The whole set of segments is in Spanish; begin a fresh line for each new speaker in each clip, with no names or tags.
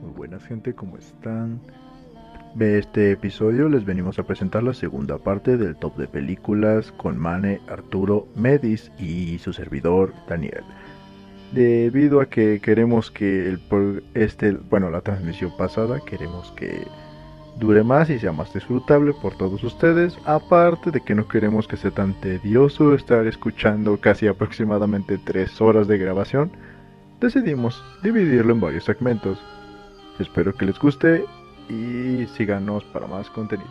Muy buenas gente, ¿cómo están? De este episodio les venimos a presentar la segunda parte del top de películas con Mane, Arturo, Medis y su servidor Daniel. Debido a que queremos que el pro- este, bueno, la transmisión pasada queremos que dure más y sea más disfrutable por todos ustedes, aparte de que no queremos que sea tan tedioso estar escuchando casi aproximadamente 3 horas de grabación, decidimos dividirlo en varios segmentos. Espero que les guste y síganos para más contenido.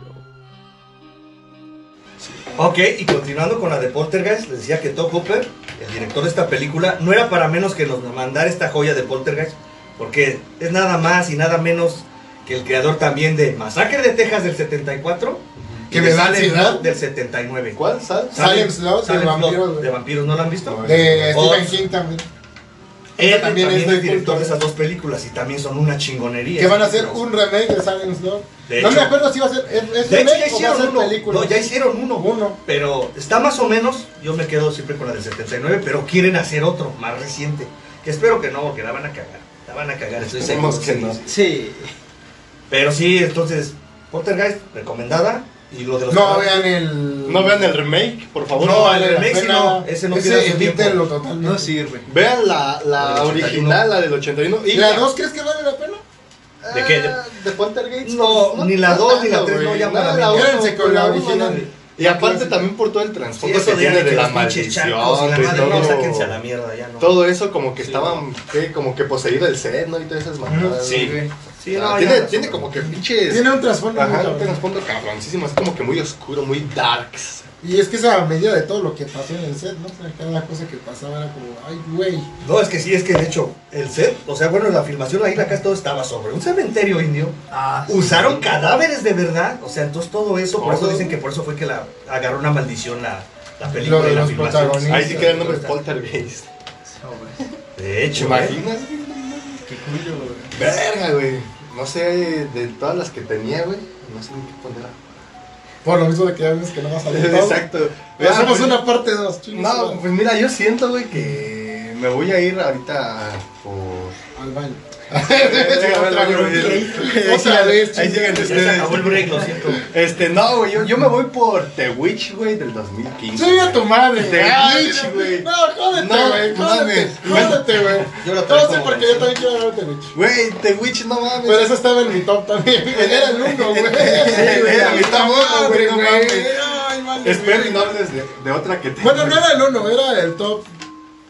Ok, y continuando con la de Poltergeist, les decía que Todd Hooper, el director de esta película, no era para menos que nos mandar esta joya de Poltergeist, porque es nada más y nada menos que el creador también de Masacre de Texas del 74 y
Que
de
me da
Silent
ansiedad.
Hill del 79.
¿Cuál? Sal-
Silent-
Silent Slot de
Silent Hill
vampiros. güey.
de vampiros, ¿no la han visto?
De Stephen
Oh,
King también.
Él
también
también,
es
es
de
el director
culto.
de esas dos películas y también son una chingonería.
Que van a hacer
Esas
un remake de Silent Slot.
De
No
hecho.
me acuerdo si va a ser. ¿Es, es
De hecho, ya
remake o va a
hicieron
ser
uno.
película?
No, ya hicieron uno.
Uno.
Pero está más o menos. Yo me quedo siempre con la del 79, pero quieren hacer otro más reciente. Que espero que no, porque la van a cagar. La van a cagar, estoy seguro.
Esperemos que
sí,
no.
sí.
Sí,
Pero sí, entonces, Poltergeist, recomendada. Y lo de los.
No vean el.
No vean el remake, por favor.
No,
vale
el
la
remake sí
pena.
no, ese no pierde
Ese
su tiempo.
evítenlo totalmente.
no sirve.
Vean la, la
La del 81.
original, la del 81.
¿Y la 2 crees que vale la pena?
¿De qué?
Ah, ¿De Poltergeist?
No, ni la dos, ni la tres, no,
güey.
ya
Nada,
para
la
mí.
uno,
Quédense con
güey,
la
uno,
original.
güey. Y aparte también por todo el
Sí,
transporte
eso
que
de,
tiene
de
de la
los pinches
maldición.
charcos y la
güey,
madre,
todo,
no, sáquense a la mierda, ya no.
todo eso como que
Sí.
estaban ¿qué? como que poseído el seno y todas esas mamadas.
Sí.
güey.
Sí,
Ah,
no, ya
tiene,
no.
tiene como que pinches.
Tiene un trasfondo muy
Ajá, un
cabrón.
trasfondo cabroncísimo, así como que muy oscuro, muy darks.
Y es que es a medida de todo lo que pasó en el set, ¿no? O sea, cada cosa que pasaba era como, ay, güey.
No, es que sí, es que de hecho, el set, o sea, bueno, la filmación ahí, la casa todo estaba sobre un cementerio indio.
Ah,
Usaron cadáveres de verdad, o sea, entonces todo eso, por eso
Todo.
dicen que por eso fue que la agarró una maldición la, la película
Lo de
y la
los
filmación.
protagonistas.
Ahí sí queda el nombre
Todo está-
Poltergeist.
De
¿Te
hecho, ¿eh?
imaginas? güey?
qué culo, güey.
Verga, güey. No sé, de todas las que tenía, güey, no sé ni qué poner.
Por lo mismo de que ya ves que no va a salir todo.
Exacto.
Pero hacemos
pues,
una parte 2,
No,
chingos.
pues mira, yo siento, güey, que me voy a ir ahorita por.
Al baño.
Otra
Otra vez,
Ahí
chingos.
llegan
Ya se
ustedes.
acabó el break, lo siento.
Este, no, güey, yo, yo me voy por The Witch, güey, del 2015.
Soy a tu madre.
Te
Ay,
bitch,
no,
güey.
No, jódete,
No,
güey. Jódete,
mames.
jódete, güey.
Yo lo
No
traigo
sé
como
por qué yo
versión.
también quiero ver The Witch.
Güey, The Witch, no mames.
Pero eso estaba en mi top también. Era el uno, güey.
güey, era mi top uno, güey, no
Madre,
mames.
Ay, madre,
Espero y
güey.
no hables de, de otra que tengo.
Bueno, no era el uno, era el top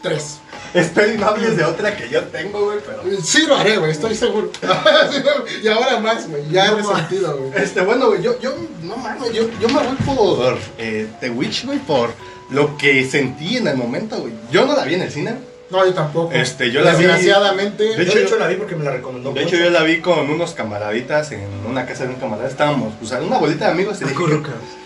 3.
Espero y no hables de otra que yo tengo, güey, pero.
Sí lo haré, güey, estoy seguro. y ahora más, güey. Ya he resentido, güey.
Este, bueno, güey, yo, yo, no mames, yo, yo me voy por eh, The Witch, güey, por lo que sentí en el momento, güey. Yo no la vi en el cine.
No, yo tampoco.
Este, yo la vi-
Desgraciadamente.
De hecho,
De hecho,
de
yo-
hecho la vi porque me la recomendó.
De hecho, yo la vi con unos camaraditas en una casa de un camarada. Estábamos, pues, en una bolita de amigos. Y le dije,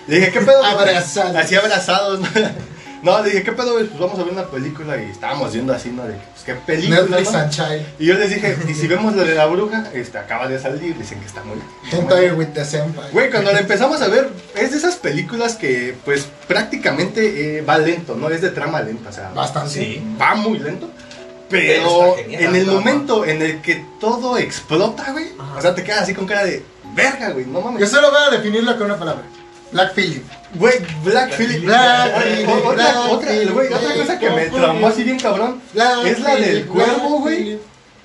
le dije, ¿qué pedo? güey?"
Abrazados.
Así abrazados. ¿no? No, le dije, ¿qué pedo, güey? Pues vamos a ver una película. Y estábamos viendo así, ¿no? De, pues, ¿qué película?
Netflix
no?
and Child.
Y yo les dije, ¿y si vemos la de la bruja? Este, acaba de salir. Dicen que está muy...
Hentai with the Senpai.
Güey, cuando la empezamos a ver, es de esas películas que, pues, prácticamente eh, va lento, ¿no? Es de trama lenta, o sea,
Bastante.
Sí.
va muy lento.
Pero
Pero
está genial
en
la
el
trama.
momento en el que todo explota, güey,
Ajá.
o sea, te quedas así con cara de verga, güey, no
Yo
mames.
solo voy a definirla con una palabra. Black Phillip.
Güey, Black Phillip.
Black
Oye,
Phillip,
o-
Black
Otra, otra,
Phillip,
güey, otra cosa que me
Black
traumó así
Phillip.
bien cabrón
Black
es la del
Phillip, Black
cuervo, güey,
Phillip.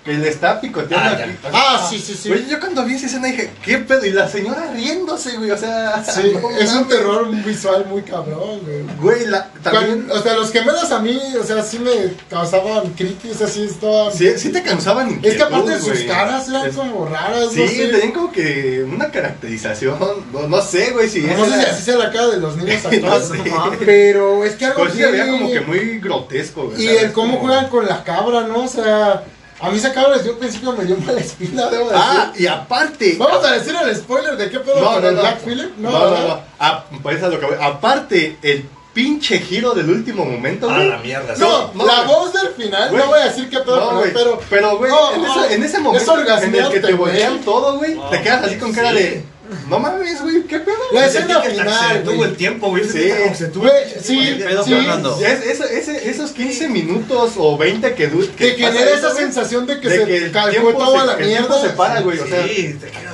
que le está picoteando
Ah,
aquí.
ya.
Ah, sí, sí, sí.
Güey, yo cuando vi esa escena dije, ¿qué pedo? Y la señora riéndose, güey, o sea.
Sí,
no
es un
mames.
terror visual muy cabrón, güey.
Güey, la, también.
Cuando- o sea, los gemelos a mí, o sea, sí me causaban creepy, o sea, sí estaban...
Sí, sí te cansaban
es que
inquietud,
aparte de sus
güey.
caras eran
Es-
como raras,
Sí,
no sé.
tenían como que una caracterización. No, no sé, güey, si.
No sé si
era-
así sea la cara de los niños
No
actuales.
sé.
Pero es que algo
Pero Pues sí se veía
así-
como que muy grotesco, güey.
Y
¿sabes?
el cómo
Como-
juegan con la cabra, ¿no? O sea, a mí esa cabra desde un principio me dio mala espina, debo decir.
Ah, y aparte.
Vamos a decir el spoiler de qué pedo
No,
con
no,
el
no.
Black Phillip.
No, no, no. Ah, pues a lo que voy. Aparte, el pinche giro del último momento,
Ah,
güey.
la mierda. sí.
No,
No,
la
güey.
voz del final,
Güey.
no voy a decir qué pedo,
No,
con él,
güey,
pero...
pero güey,
No,
en,
no,
ese, en ese
es
momento en el que
orgasmeante,
te
güey.
voltean todo, güey,
No,
te quedas así con
sí.
cara de No mames, güey, qué pedo.
La
Dice
escena
aquí que hasta Se
final,
detuvo
güey.
el tiempo, güey.
Sí.
Ese tipo como se detuvo
Güey,
el tiempo,
sí,
güey.
¿Qué pedo,
sí.
Fernando?
Es- esa- ese- esos 15 minutos o 20 que du-
Que
pasa
genera
eso,
esa
güey,
sensación de que
de que
se
el
calcó
tiempo
toda
se-
la
el tiempo
mierda.
se para, güey, o sea,
Sí, te quedas.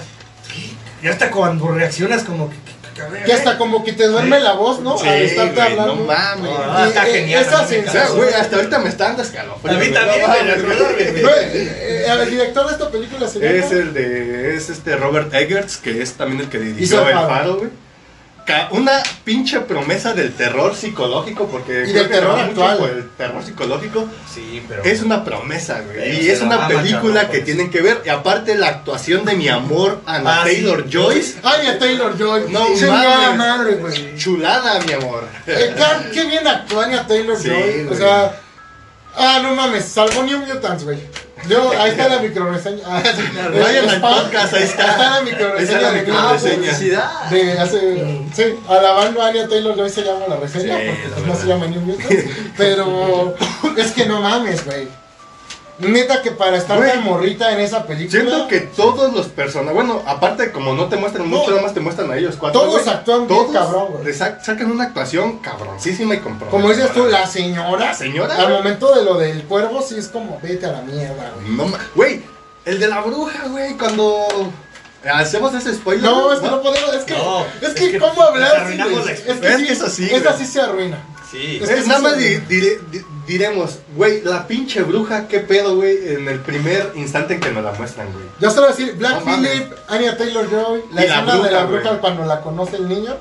sí. Y hasta cuando reaccionas, como que. que- que- a ver,
Que hasta como que te duerme la voz, ¿no?
Sí,
Al estarte
güey,
hablando.
no mames.
No, Ah, está
Y, eh,
genial, a
Esa
mí me encanta.
O sea,
sensación.
güey, hasta ahorita me están descalofriando.
A mí
güey,
también,
no mames,
güey, la verdad,
güey.
Güey, eh, eh, al director de esta película se
Es
llama-
el de. Es este Robert Eggers, que es también el que
Hizo
dirigió
El
El
Faro.
Faro, güey. Ca- Una pinche promesa del terror psicológico, porque.
Y
creo
del
que
terror
va mucho
actual.
por El terror psicológico
Sí, pero.
es una promesa,
Pero
güey. Y
se
es
la
una
maman,
película
cabrón,
que
pues.
tienen que ver. Y aparte, la actuación de mi amor, Ana
Ah, sí.
Taylor Joyce.
Ay, a Taylor Joy.
No mames.
madre, güey.
Chulada, mi amor.
Eh, car- Qué bien actúa ni a Taylor
Sí,
Joy. O
güey.
sea. Ah, no mames, salvó New Mutants, güey. Yo, ahí está la microreseña. Ah, sí.
Vayan al
Está-
podcast, ahí está.
Está la
Esa es
microreseña
la
de
microreseña.
Cabo, güey.
¡Publicidad!
De hace. Sí, alabando a Anya Taylor Joy se llama la reseña,
Sí,
porque
la
pues, no
verdad.
se llama New Mutants. Pero es que no mames, güey. Neta que para estar
Güey.
tan morrita en esa película.
Siento que todos los personajes, bueno, aparte como no te muestran mucho,
No.
nada más te muestran a ellos cuatro.
Todos
güey.
actúan bien cabrón, güey.
le sac- sacan una actuación cabroncísima y comprometida.
Como dices tú, la señora.
La señora,
Al
güey.
momento de lo del cuervo, sí es como vete a la mierda, güey.
No ma- güey, el de la bruja, güey, cuando hacemos ese spoiler.
No,
güey,
es que no podemos, es que,
No,
es que,
es que
¿cómo
nos
hablar?
arruinamos
güey?
la
es
experiencia. Es que eso sí,
Esta
güey.
sí se arruina.
Sí.
Es-
Es
que
nada
sí
más
se-
di- dire- di- diremos, güey, la pinche bruja, qué pedo, güey, en el primer instante en que nos la muestran, güey.
Yo solo decir, Black
No mames.
Phillip, Anya Taylor Joy, la
Y la
escena de la
bruja,
bruja
güey.
cuando la conoce el niño.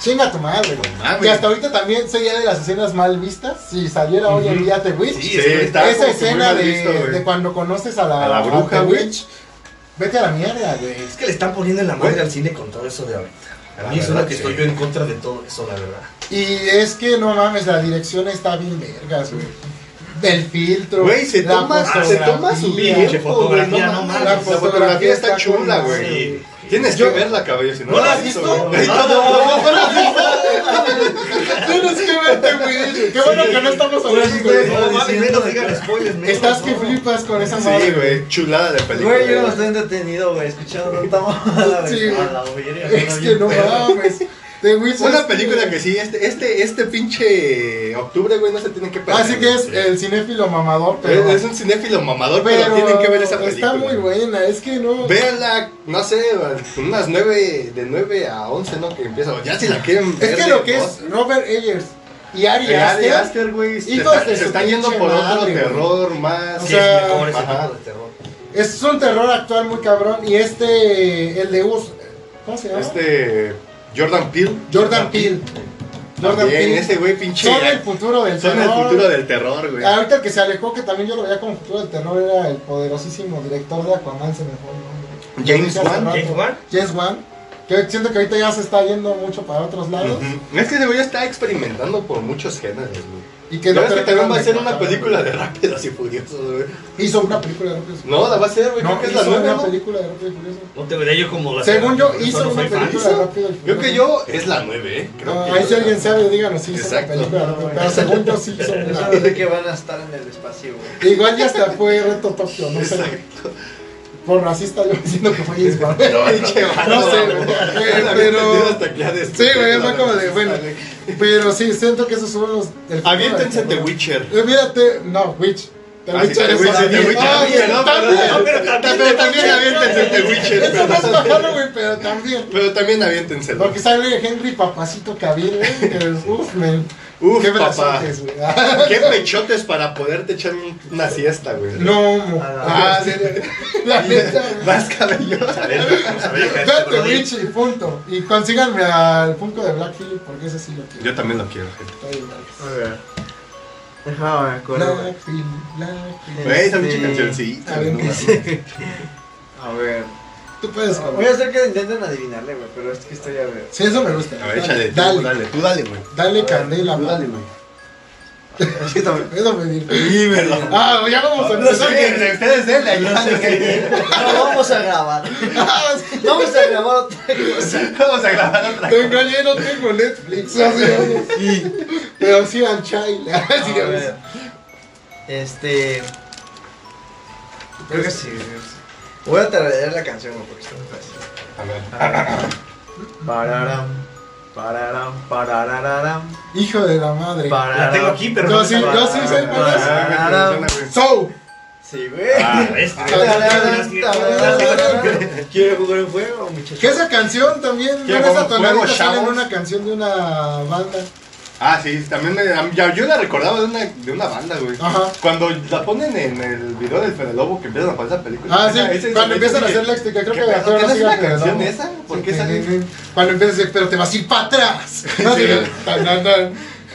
Chinga tu madre, güey.
No mames.
y hasta ahorita también sería de las escenas mal vistas. Si saliera hoy en
Ujú.
día The Witch,
Sí, es que
está
esa
como que muy
escena
mal
de,
visto, güey.
de cuando conoces a la,
A la bruja,
The
güey.
Witch, vete a la mierda, güey.
Es que le están poniendo en la madre
Güey.
al cine con todo eso de ahorita.
La
A mí es lo
verdad,
que
sí.
estoy yo en contra de todo eso, la verdad.
Y es que no mames, la dirección está bien vergas, güey. Del filtro,
Güey, se
la
toma, ah, se
fotografía.
toma su
Pinche
tiempo,
fotografía,
güey,
no mames.
La,
La
fotografía está
con
chula,
la-
güey.
Sí.
Tienes
Yo-
que verla, caballo, si no,
¿No la
has
has
visto,
visto?
güey.
No, no, no la viste. Tienes que verte, güey. Qué bueno que no estamos hablando,
Güey,
güey.
no mames, menos digan spoilers, menos,
Estás que
no.
flipas con esa
Sí,
madre.
güey, chulada de película.
Güey, yo no estoy entretenido, güey, escuchando tanta mamada, güey.
Sí, güey.
A la verga,
Es
suena
que
bien
no
pedo.
mames. pues, The Witch es-
Una película que sí, este, este, este pinche octubre, güey, no se tiene que perder.
Así Ah, que es el cinéfilo mamador, pero.
Es, es un cinéfilo mamador, Eh, pero,
pero
tienen que ver esa película.
Está muy buena, es que no.
Véanla, no sé, unas 9, de 9 a 11, ¿no? Que empieza. Ya si la quieren ver.
Es que
de
lo que
dos,
es Robert Eggers y Ari
eh, Ari
Aster.
Aster, güey, se,
hijos de
se
su
están yendo
pinche
por otro
madre, güey.
terror más.
O
Sí, es
sea,
mejor ese
ajá.
tipo de terror.
Es un terror actual muy cabrón. Y este, el de Us. ¿Cómo se llama?
Este. Jordan Peele.
Jordan Peele. Jordan
Jordan Peele.
Peele.
Ese güey pinche.
Son el futuro del
son el
terror.
futuro del terror, güey.
Ahorita el que se alejó, que también yo lo veía como futuro del terror, era el poderosísimo director de Aquaman, se me fue el nombre.
James
Lo dije hace
Wan.
rato.
¿James Wan?
James Wan. Que siento que ahorita ya se está yendo mucho para otros lados.
Ujú. Es que ese güey está experimentando por muchos géneros, güey.
Y que
Que
no
que
creo que
también va a
hagan
ser
de
una
Aquaman,
película
güey.
de rápidos y furiosos, güey.
Hizo una película de Rápidos y
No, la va a ser, güey.
No,
Creo que es la
hizo
nueva,
una
¿no?
película de Rápidos y Furiosos.
No te veré yo como la
Según yo, hizo
solo
una
soy fan.
película. de Rápido y Furioso.
Creo que yo es la 9, ¿eh? Creo
No,
que
ahí
yo-
si alguien sabe, díganos si hizo una
Exacto.
película de Rápidos y Furiosos. Pero según yo sí hizo
Yo
una.
solo sé que van a estar en el espacio, güey.
Igual ya hasta fue Reto Tokio, no sé.
Exacto.
Por racista yo diciendo que fue James Bond.
No, pinche vato,
No sé,
güey.
güey,
Ya la había entendido
pero...
hasta que ya
Sí,
después,
güey,
la
fue como de,
verdad.
bueno. Pero sí, siento que esos son los... del futuro
Aviéntense
del
The
terror.
Witcher.
Eh, Mírate, no, Witch. The
Ah, sí,
Witcher
The
es
Witcher,
para
The
mí.
Witcher,
Ay,
Witcher, no, pero-
también.
No, pero también.
Pero también aviéntense The Witcher.
Eso no es para
pero-
Halloween, pero también.
Pero también aviéntense.
Porque sale Henry Papacito Cavill, güey, que es- Uf, men.
Uf,
Qué
papá.
brazotes, güey.
Qué pechotes para poderte echar un- una siesta, güey.
No, mo-
A la-
ah, sí, la neta, güey.
Más cabello.
A ver, vamos a ver,
Vean
acá,
The
pero-
Witch y punto. Y consíganme al punto de Black Phillip porque ese sí lo quiero.
Yo también lo quiero, gente.
Está bien, Black
A ver. Déjame me acuerdo, güey.
Black Phillip, Black
Este,
Phillip.
Güey, esa
Este,
pinche
Sí.
cancioncita. güey, no mames.
A ver.
Tú puedes
Voy a
cabrón.
hacer que intenten adivinarle, güey, pero es que estoy a ver.
Sí, eso me gusta.
A ver, échale. tú,
Dale,
Dale, tú dale, güey.
dale candela.
Tú
pa.
dale, güey.
Es que también.
Eso me dijo.
Dímelo.
Ah, ya vamos a
No sé,
empezar.
que ustedes denle, yo
No sé
sé que-
qué. No vamos a grabar.
Ah,
Vamos a grabar otra cosa.
Vamos a grabar otra
Te engañé, no tengo Netflix. así, vamos. Pero sí al Chile. así,
A
vamos.
ver. Este. Creo que sí. Voy a tararear la canción, güey, porque está muy fácil.
A ver.
Pararam, pararam, parararam,
Hijo de la madre.
pararam.
La tengo aquí, pero
Yo
no
sí,
me
yo sí sé, pero- So,
Sí, güey.
Ah,
Quiero jugar en fuego, muchachos.
que esa canción también,
¿Qué,
en
como
esa tonadita
Fuego
sale en
Chavos?
una canción de una banda.
Ah, sí, también me, a mí- ya- yo la recordaba de una, de una banda, güey.
Ajá.
Cuando la ponen en el video del Fede Lobo que empiezan a poner esa película.
Ah, sí,
Esa- esa-
cuando
esa-
empiezan a
dije,
hacer la explica, creo
¿qué
que la
pedo? ¿Qué no es
siga
una canción
perdón.
esa? ¿Por
Sí,
qué sale?
Cuando empiezas a decir, pero te vas a ir para atrás. No
Sí.
digas, tan, tan, tan,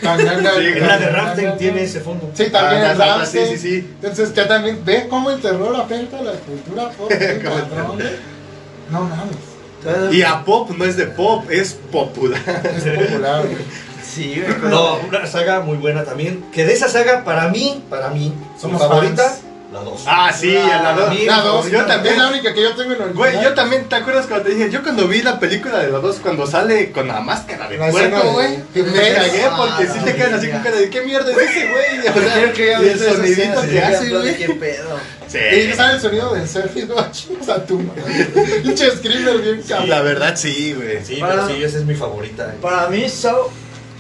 tan, tan, tan,
Sí,
En la de
tan,
Ramstein
tan,
tiene
tan.
ese fondo.
Sí, también el
Ah, la salsa,
Ramstein.
sí, sí, sí.
Entonces ya también, ve cómo el terror afecta a la cultura pop. qué cabrón, güey. No mames,
Y a pop no es de pop, es popular.
es popular. güey.
Sí, güey.
No, una saga muy buena también. Que de esa saga, para mí, para mí, mi
Somos
favorita,
fans.
la 2.
Ah, sí, a la dos.
Sí,
La dos,
yo
es
también.
la única que yo tengo en el
Güey, yo también, ¿te acuerdas cuando te dije? Yo cuando vi la película de los dos, cuando sale con la máscara de
La escena
puerco,
de-
güey,
que
me
ves.
cagué porque
Ah,
sí te quedas así
ya.
con cara de qué mierda es ese, güey. O sea,
Quiero que ya
y el
viste esas
sonidito
escenas,
que
ya
hace,
habló de
güey.
qué pedo.
Y sale el sonido del selfie, no chingas a tu madre. Pinche screamer bien
Sí,
cabrón.
la verdad, sí, güey.
Sí,
Para-
pero sí, esa es mi favorita. eh.
Para mí, So,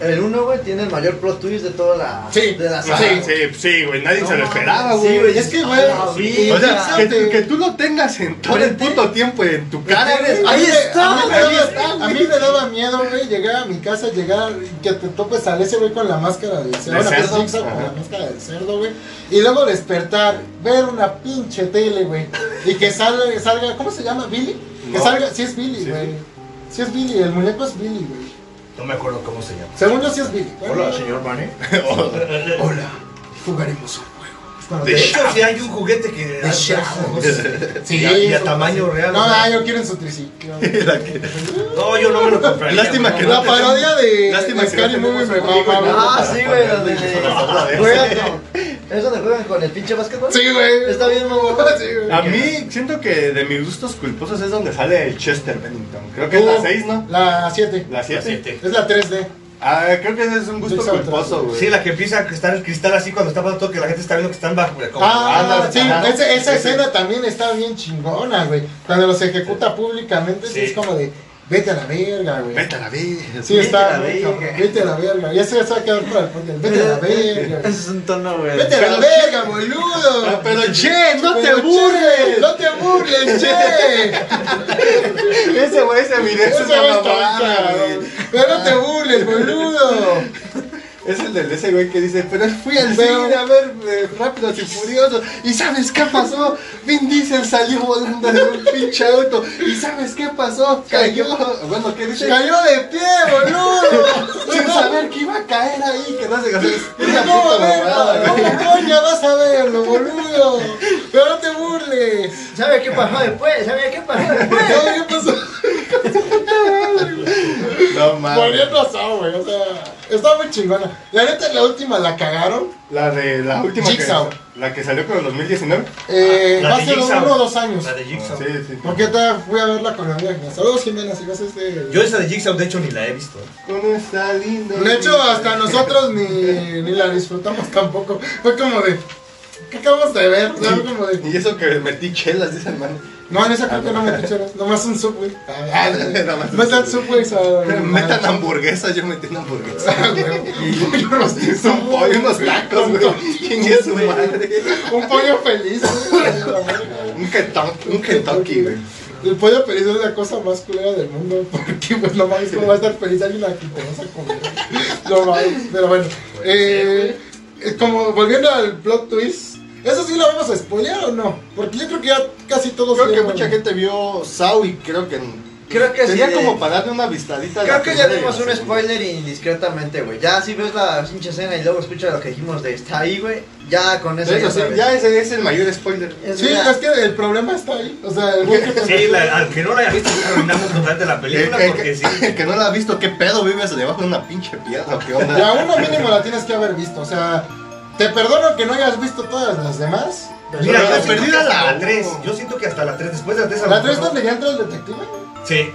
el 1, güey, tiene el mayor plot twist de toda la.
Sí,
de la
Ah,
saga.
Sí,
güey.
sí, sí, güey, nadie
No
se lo
mames,
esperaba,
sí,
güey.
güey,
Es que, güey,
Ah,
O sea,
mira.
que, que tú lo tengas en todo el puto tiempo en tu cara, güey.
Ahí está,
A mí, me
ahí
daba-
está,
a mí me daba miedo, güey, llegar a mi casa, llegar y que te topes al ese güey con la máscara del cerdo,
¿De
la
cerdo?
pinche Jackson con
Ajá.
la máscara del cerdo, güey. Y luego despertar, ver una pinche tele, güey. Y que salga, salga, ¿cómo se llama? ¿Billy? Que
No.
salga, sí es Billy,
Sí.
güey. Sí es Billy, el muñeco es Billy, güey.
No me acuerdo cómo se llama.
Según yo sí es Billy. Bueno,
Barney.
Hola, jugaremos un juego. Es cuando
De
te-
hecho, sí hay un juguete que.
De chavos.
Sí,
Sí,
y a
eso
tamaño
pasa.
real.
No,
o sea,
no, yo quiero en su triciclo.
No, yo no me lo compraría.
Lástima
güey.
que
La
no
parodia de
Lástima
de
que no
Scary Movie
tenemos
me
un amigo en
mama,
común.
Ah,
para
sí, güey,
ponerle
donde.
sola vez.
Juegan con- ¿Es donde juegan con el pinche básquetbol?
güey. Sí, güey.
Está bien, mamón.
Sí, güey.
A mí siento que de mis gustos culposos es donde sale el Chester Bennington. Creo que es
Uh,
la 6, ¿no?
La 7.
La
La
7.
siete.
Es la 3D.
Ah, creo que ese es un gusto
Exacto.
culposo, güey.
Sí, la que empieza a estar el cristal así cuando está pasando todo, que la gente está viendo que están bajo. güey, como-
Ah,
ándale,
sí,
ajá.
ese- esa
Sí, sí.
escena también está bien chingona, güey. Cuando los ejecuta públicamente, sí
Sí.
es como de, vete a la verga, güey.
Vete a la vida.
Sí,
vete
está.
a la
muy
verga.
cabrón. Vete a la verga. Y eso ya se va a quedar para el podcast. Vete a la verga.
Ese
güey.
es un tono, güey.
Vete a la
Pero-
verga, boludo.
Ah, pero che,
Pero,
no te
che,
burles.
No te burles, che.
Ese güey se mira, ese es
Ese va a
una
estar
mamada,
cabrón.
güey.
Pero no te burles, boludo.
Es el de ese güey que dice, pero fui al
Pero-
cine a ver eh, Rápidos y Furiosos. ¿Y sabes qué pasó? Vin Diesel salió volando de un pinche auto. ¿Y sabes qué pasó? Cayó. Bueno, ¿qué dice?
Cayó de pie, boludo.
Sin saber que iba a caer ahí. Que no se gastó.
No, ¿Cómo verlo? ¿Cómo coño vas a verlo, boludo? Pero no te burles.
¿Sabe qué pasó después? ¿Sabe qué pasó después?
¿Sabes qué pasó?
No
Ah,
Volvió
mames.
pasado, güey. O sea, está muy chingona. La neta, la última la cagaron.
La de la última
Jigsaw.
que la que salió con el 2019.
Eh,
Ah, La
va a
de
ser
Jigsaw.
uno o dos años.
La de Jigsaw.
Sí, sí.
Porque ahorita fui a ver la colombia. Saludos, Jimena. Si vas a este.
Yo esa de Jigsaw, de hecho, ni la he visto. eh.
Con esa linda.
De hecho, hasta nosotros ni, ni la disfrutamos tampoco. Fue como de. ¿Qué acabamos de ver? O sea, fue como de.
Y eso que metí chelas, dice hermano.
No, en esa creo que no metí chelas. Nomás un subway. Ah,
Nada más un
Metan
Subway.
subways a.
Metan hamburguesas, yo metí una hamburguesa.
Ah, güey.
Y unos, un pollo, unos tacos, güey. ¿Quién es su madre?
Un pollo feliz. güey.
Un Kentucky, un Kentucky, güey.
El pollo feliz es la cosa más culera del mundo. Porque, pues, no mames, ¿cómo va a estar feliz alguien aquí te vas a comer? No mames, pero bueno. Eh, eh, como volviendo al plot twist, ¿eso sí lo vamos a spoilear o no? Porque yo creo que ya casi todos.
Creo que
vieron.
mucha gente vio Saw y creo que.
Creo que sí,
Sería
eh.
como para darle una vistadita. a la
Creo que ya
primera y la
dimos un
segunda.
spoiler indiscretamente, güey. Ya si ves la pinche escena y luego escuchas lo que dijimos de está ahí, güey. Ya con eso
Eso
ya
sí,
sabes.
ya ese es el mayor spoiler.
Eso
Sí,
ya-
es que el problema está ahí. O sea, el güey que te-
Sí, la, al que no la haya visto, sí arruinamos totalmente la película
El que-
porque sí.
el que no la ha visto, ¿qué pedo vives debajo de una pinche piedra? ¿Qué onda?
Ya una mínimo la tienes que haber visto. O sea, te perdono que no hayas visto todas las demás.
Mira,
Pero
yo
perdí
siento que
la
hasta la
uno.
3. Yo siento que hasta la 3, después de la 3
¿La tres donde ya entra el detective?
Sí.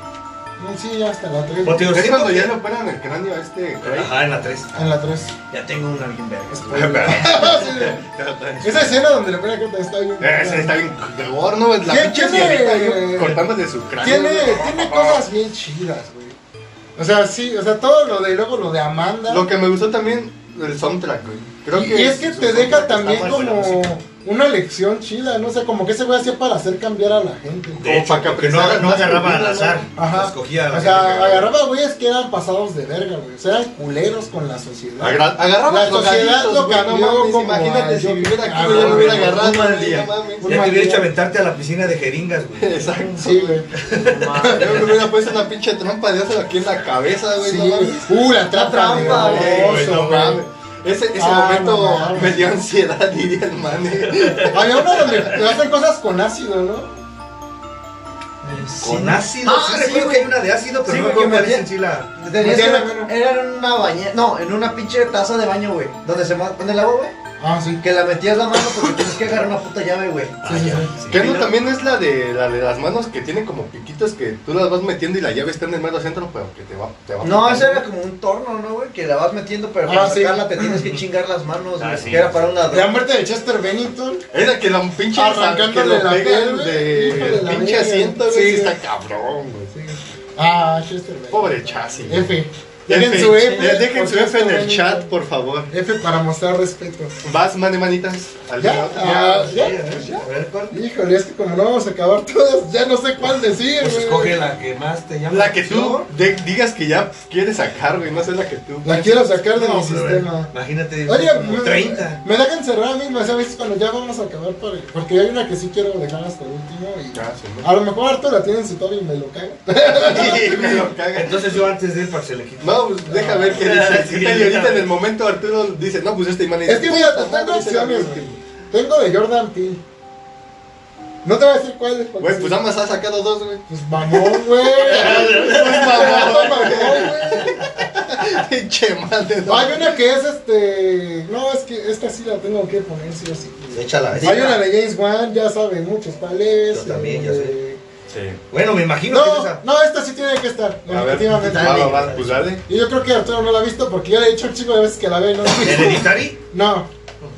Sí, ya hasta la 3.
Porque yo
Es
siento
cuando ya
que-
le operan el cráneo a este Craig.
Ajá, en la 3.
En la 3.
Ya tengo una bien verga.
Esa escena donde le pone que está bien.
Ese Eh, está bien cagor, ¿no? La
¿Qué
pinche
tiene,
viejita ahí
güey?
cortándole su cráneo.
Tiene,
güey.
tiene cosas bien chidas, güey. O sea, sí, o sea, todo lo de luego lo de Amanda.
Lo que me gustó también, el soundtrack, güey. Creo
y, y es que
su
te
soundtrack
deja
está
también
muy buena
como
música.
una lección chida, ¿no? O sea, como que ese güey hacía para hacer cambiar a la gente.
Como para que
porque no,
apreciaran
no
más
agarraba
tu
al
vida,
azar.
Ajá.
Escogía a la
O
gente que-
sea, agarraba güeyes que eran pasados de verga, güey. O sea, eran culeros con la sociedad.
Agra- agarraba
La
a los
sociedad
gatitos,
lo
güey, no
cambió
mames,
como a
Imagínate si
yo-
viviera
Ah,
aquí, güey, ya
no,
me hubiera
güey,
agarrado.
un mal
güey,
día.
no mames.
Un
Ya te
mal
hubiera hecho
día.
aventarte a la piscina de jeringas, güey.
Exacto.
Sí, güey.
Yo me hubiera puesto una pinche trampa de oso aquí en la cabeza, güey.
Sí,
no
güey.
mames.
Uh, la trampa de
Trampa, güey,
oso,
no
güey.
mames. Ese, ese
Ah,
momento
no mames.
me dio ansiedad, diría el mane.
Había uno donde te hacen cosas con ácido, ¿no?
Con ácido.
Ah,
sí,
sí,
recuerdo
güey.
que hay una de ácido, pero
Sí,
no
güey,
me acuerdo
que me
cuál es
había-
en sí la.
Tenías
Metía la
una-
mano.
era en una bañera, no, en una pinche taza de baño, güey. Donde se ma- pone el agua, güey.
Ah, sí.
Que la metías la mano porque tienes que agarrar una puta llave, güey.
Ah, ya, sí.
Que no también es la de, la de las manos que tiene como piquitos que tú las vas metiendo y la llave está en el mero centro, pero que te va. Te va
No, ese era como un torno, ¿no, güey? Que la vas metiendo, pero para
Ah, sí.
sacarla te tienes que chingar las manos,
Ah,
güey.
sí.
Que era para una
La muerte de Chester Bennington.
Era que la un pinche
Arrancándole
que lo
la
pega
piel,
el
güey.
de
Híjole, la
el pinche
verga.
asiento,
Sí.
güey. sí Está cabrón, güey.
Ah, Chester Bennington.
Pobre chasis.
F. Dejen
F.
su F.
Eh, Dejen su
por
F en
Chester
el chat,
Bennington.
por favor.
F para mostrar respeto.
Vas, mane manitas. Al
¿Ya?
final.
Ah,
Sí, a
¿Ya?
ver,
¿Ya?
a ver cuál.
Híjole, es que como no vamos a acabar todas, ya no sé cuál decir,
Pues
güey.
escoge la que más te llama.
La que tú
atención.
de- digas que ya quieres sacar, güey. No sé la que tú.
La quiero sacar de
No, pero,
mi sistema.
Imagínate,
Oye, pues,
como
me-
30.
Me dejan cerrar a mí, o sea, a veces cuando ya vamos a acabar por- porque hay una que sí quiero dejar hasta el último y
Ah, sí,
a lo mejor Arthur la tiene en su top y me lo caga.
¿no? Me lo caga.
Entonces yo antes de él para que se le quite.
No, pues deja ver qué
Ah,
dice.
sí,
¿Qué tal? y ahorita en el momento Arturo dice, no, pues este imán
Es que mira, tengo opciones, güey. Tengo de Jordan Peele. No te voy a decir cuál es. porque
Güey,
sí.
pues nada más ha sacado dos, güey.
Pues mamón, güey. pues mamón, mamón, güey.
Pinche madre. no.
Hay una que es este. No, es que esta sí la tengo que poner, sí o sí.
Échala.
Hay una de James Wan, ya saben muchos cuál es.
Yo también, ya
eh,
sé.
Sí.
Bueno, me imagino que es
No,
esa.
no, esta sí tiene que estar,
A ver,
definitivamente.
va, va, va, pues dale.
Y yo creo que Arturo no la ha visto porque yo le he dicho un chico de veces que la ve y no la ha visto.
Hereditary.
No,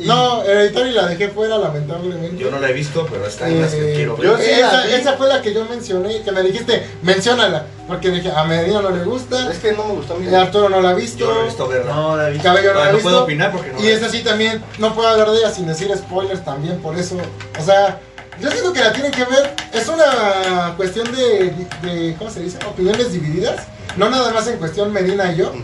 no, Hereditary la dejé fuera, lamentablemente.
Yo no la he visto, pero está en las que
Eh,
quiero ver.
yo- sí la
esa,
vi.
esa fue la que yo mencioné, que me dijiste, menciónala, porque dije, a Medina no le gusta,
Es que no me gustó a mí.
y Arturo no la ha visto,
Yo no he visto verla.
No, David.
Cabello no la
Ahora
ha
no puedo
visto,
opinar porque no.
y esa sí también, no puedo hablar de ella sin decir spoilers también, por eso, o sea, yo siento que la tienen que ver, es una cuestión de, de ¿cómo se dice? Opiniones divididas, no nada más en cuestión Medina y yo,
Ujú.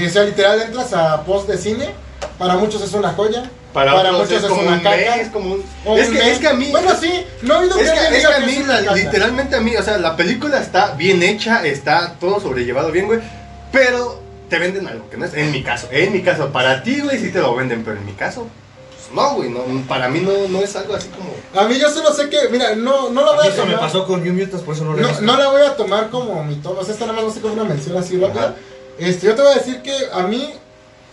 eh, o sea, literal entras a post de cine, para muchos es una joya,
Para,
Para
otros
muchos es
como
una
un
caca.
mes, como un-
o
Es
un
que,
mes.
es que a mí.
Bueno, sí, no he oído
Es
alguien
que, es que
diga
a
que
mí,
es una
la-
caca.
literalmente a mí, o sea, la película está bien hecha, está todo sobrellevado bien, güey, pero te venden algo que no es, en mi caso, en mi caso, para ti, güey, sí te lo venden, pero en mi caso, pues no, güey, no, para mí no, no es algo así como...
A mí yo solo sé que, mira, no, no la voy a
Eso me
tomar-
pasó con New Mutants, por eso no la he
No,
visto.
no la voy a tomar como mi tono. O sea, esta nada más va a ser como una mención así rápida.
Ajá.
Este, yo te voy a decir que a mí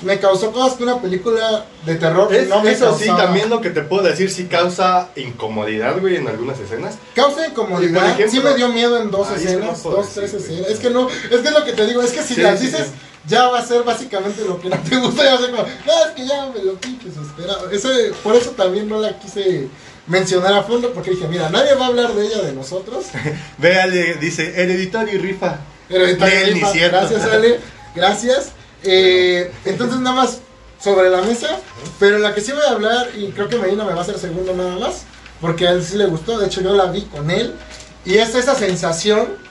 me causó cosas que una película de terror
Es-
no me
eso sí,
causaba.
también lo que te puedo decir, sí causa incomodidad, güey, en algunas escenas.
Causa incomodidad.
Y, por ejemplo,
sí me dio miedo en dos
ahí es que
escenas,
no puedo
dos,
decir,
tres
güey.
escenas. Es que no, es que es lo que te digo, es que si
Sí,
las
sí,
dices,
sí.
ya va a ser básicamente lo que no te gusta, ya va a ser como, no, es que ya me lo pinches esperaba. Ese, por eso también no la quise mencionar a fondo, porque dije, mira, nadie va a hablar de ella de nosotros.
Véale, dice, hereditario y rifa.
Pero está
Ni él
bien,
ni
pa-
cierto.
Gracias, Ale. Gracias. Eh, entonces, nada más sobre la mesa. Pero la que sí voy a hablar, y creo que Medina me va a hacer segundo nada más, porque a él sí le gustó. De hecho, yo la vi con él. Y es esa sensación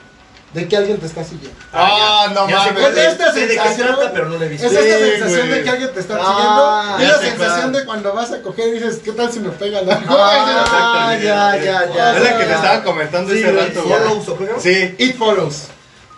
de que alguien te está siguiendo.
Ah, no
Ya sé
mames.
cuál
Es esta
sé de qué
sensación.
trata, pero no la he
Es
visto.
Sí,
esa sensación
güey.
de que alguien te está
Ah,
siguiendo.
ya
Es la
sé
sensación
cuál.
de cuando vas a coger y dices, ¿qué tal si me pega la
Ah, ya, ya, ya.
Es la que te
ya.
estaba comentando
Sí,
ese
güey,
rato,
ya lo
güey.
uso, creo.
Sí,
It follows.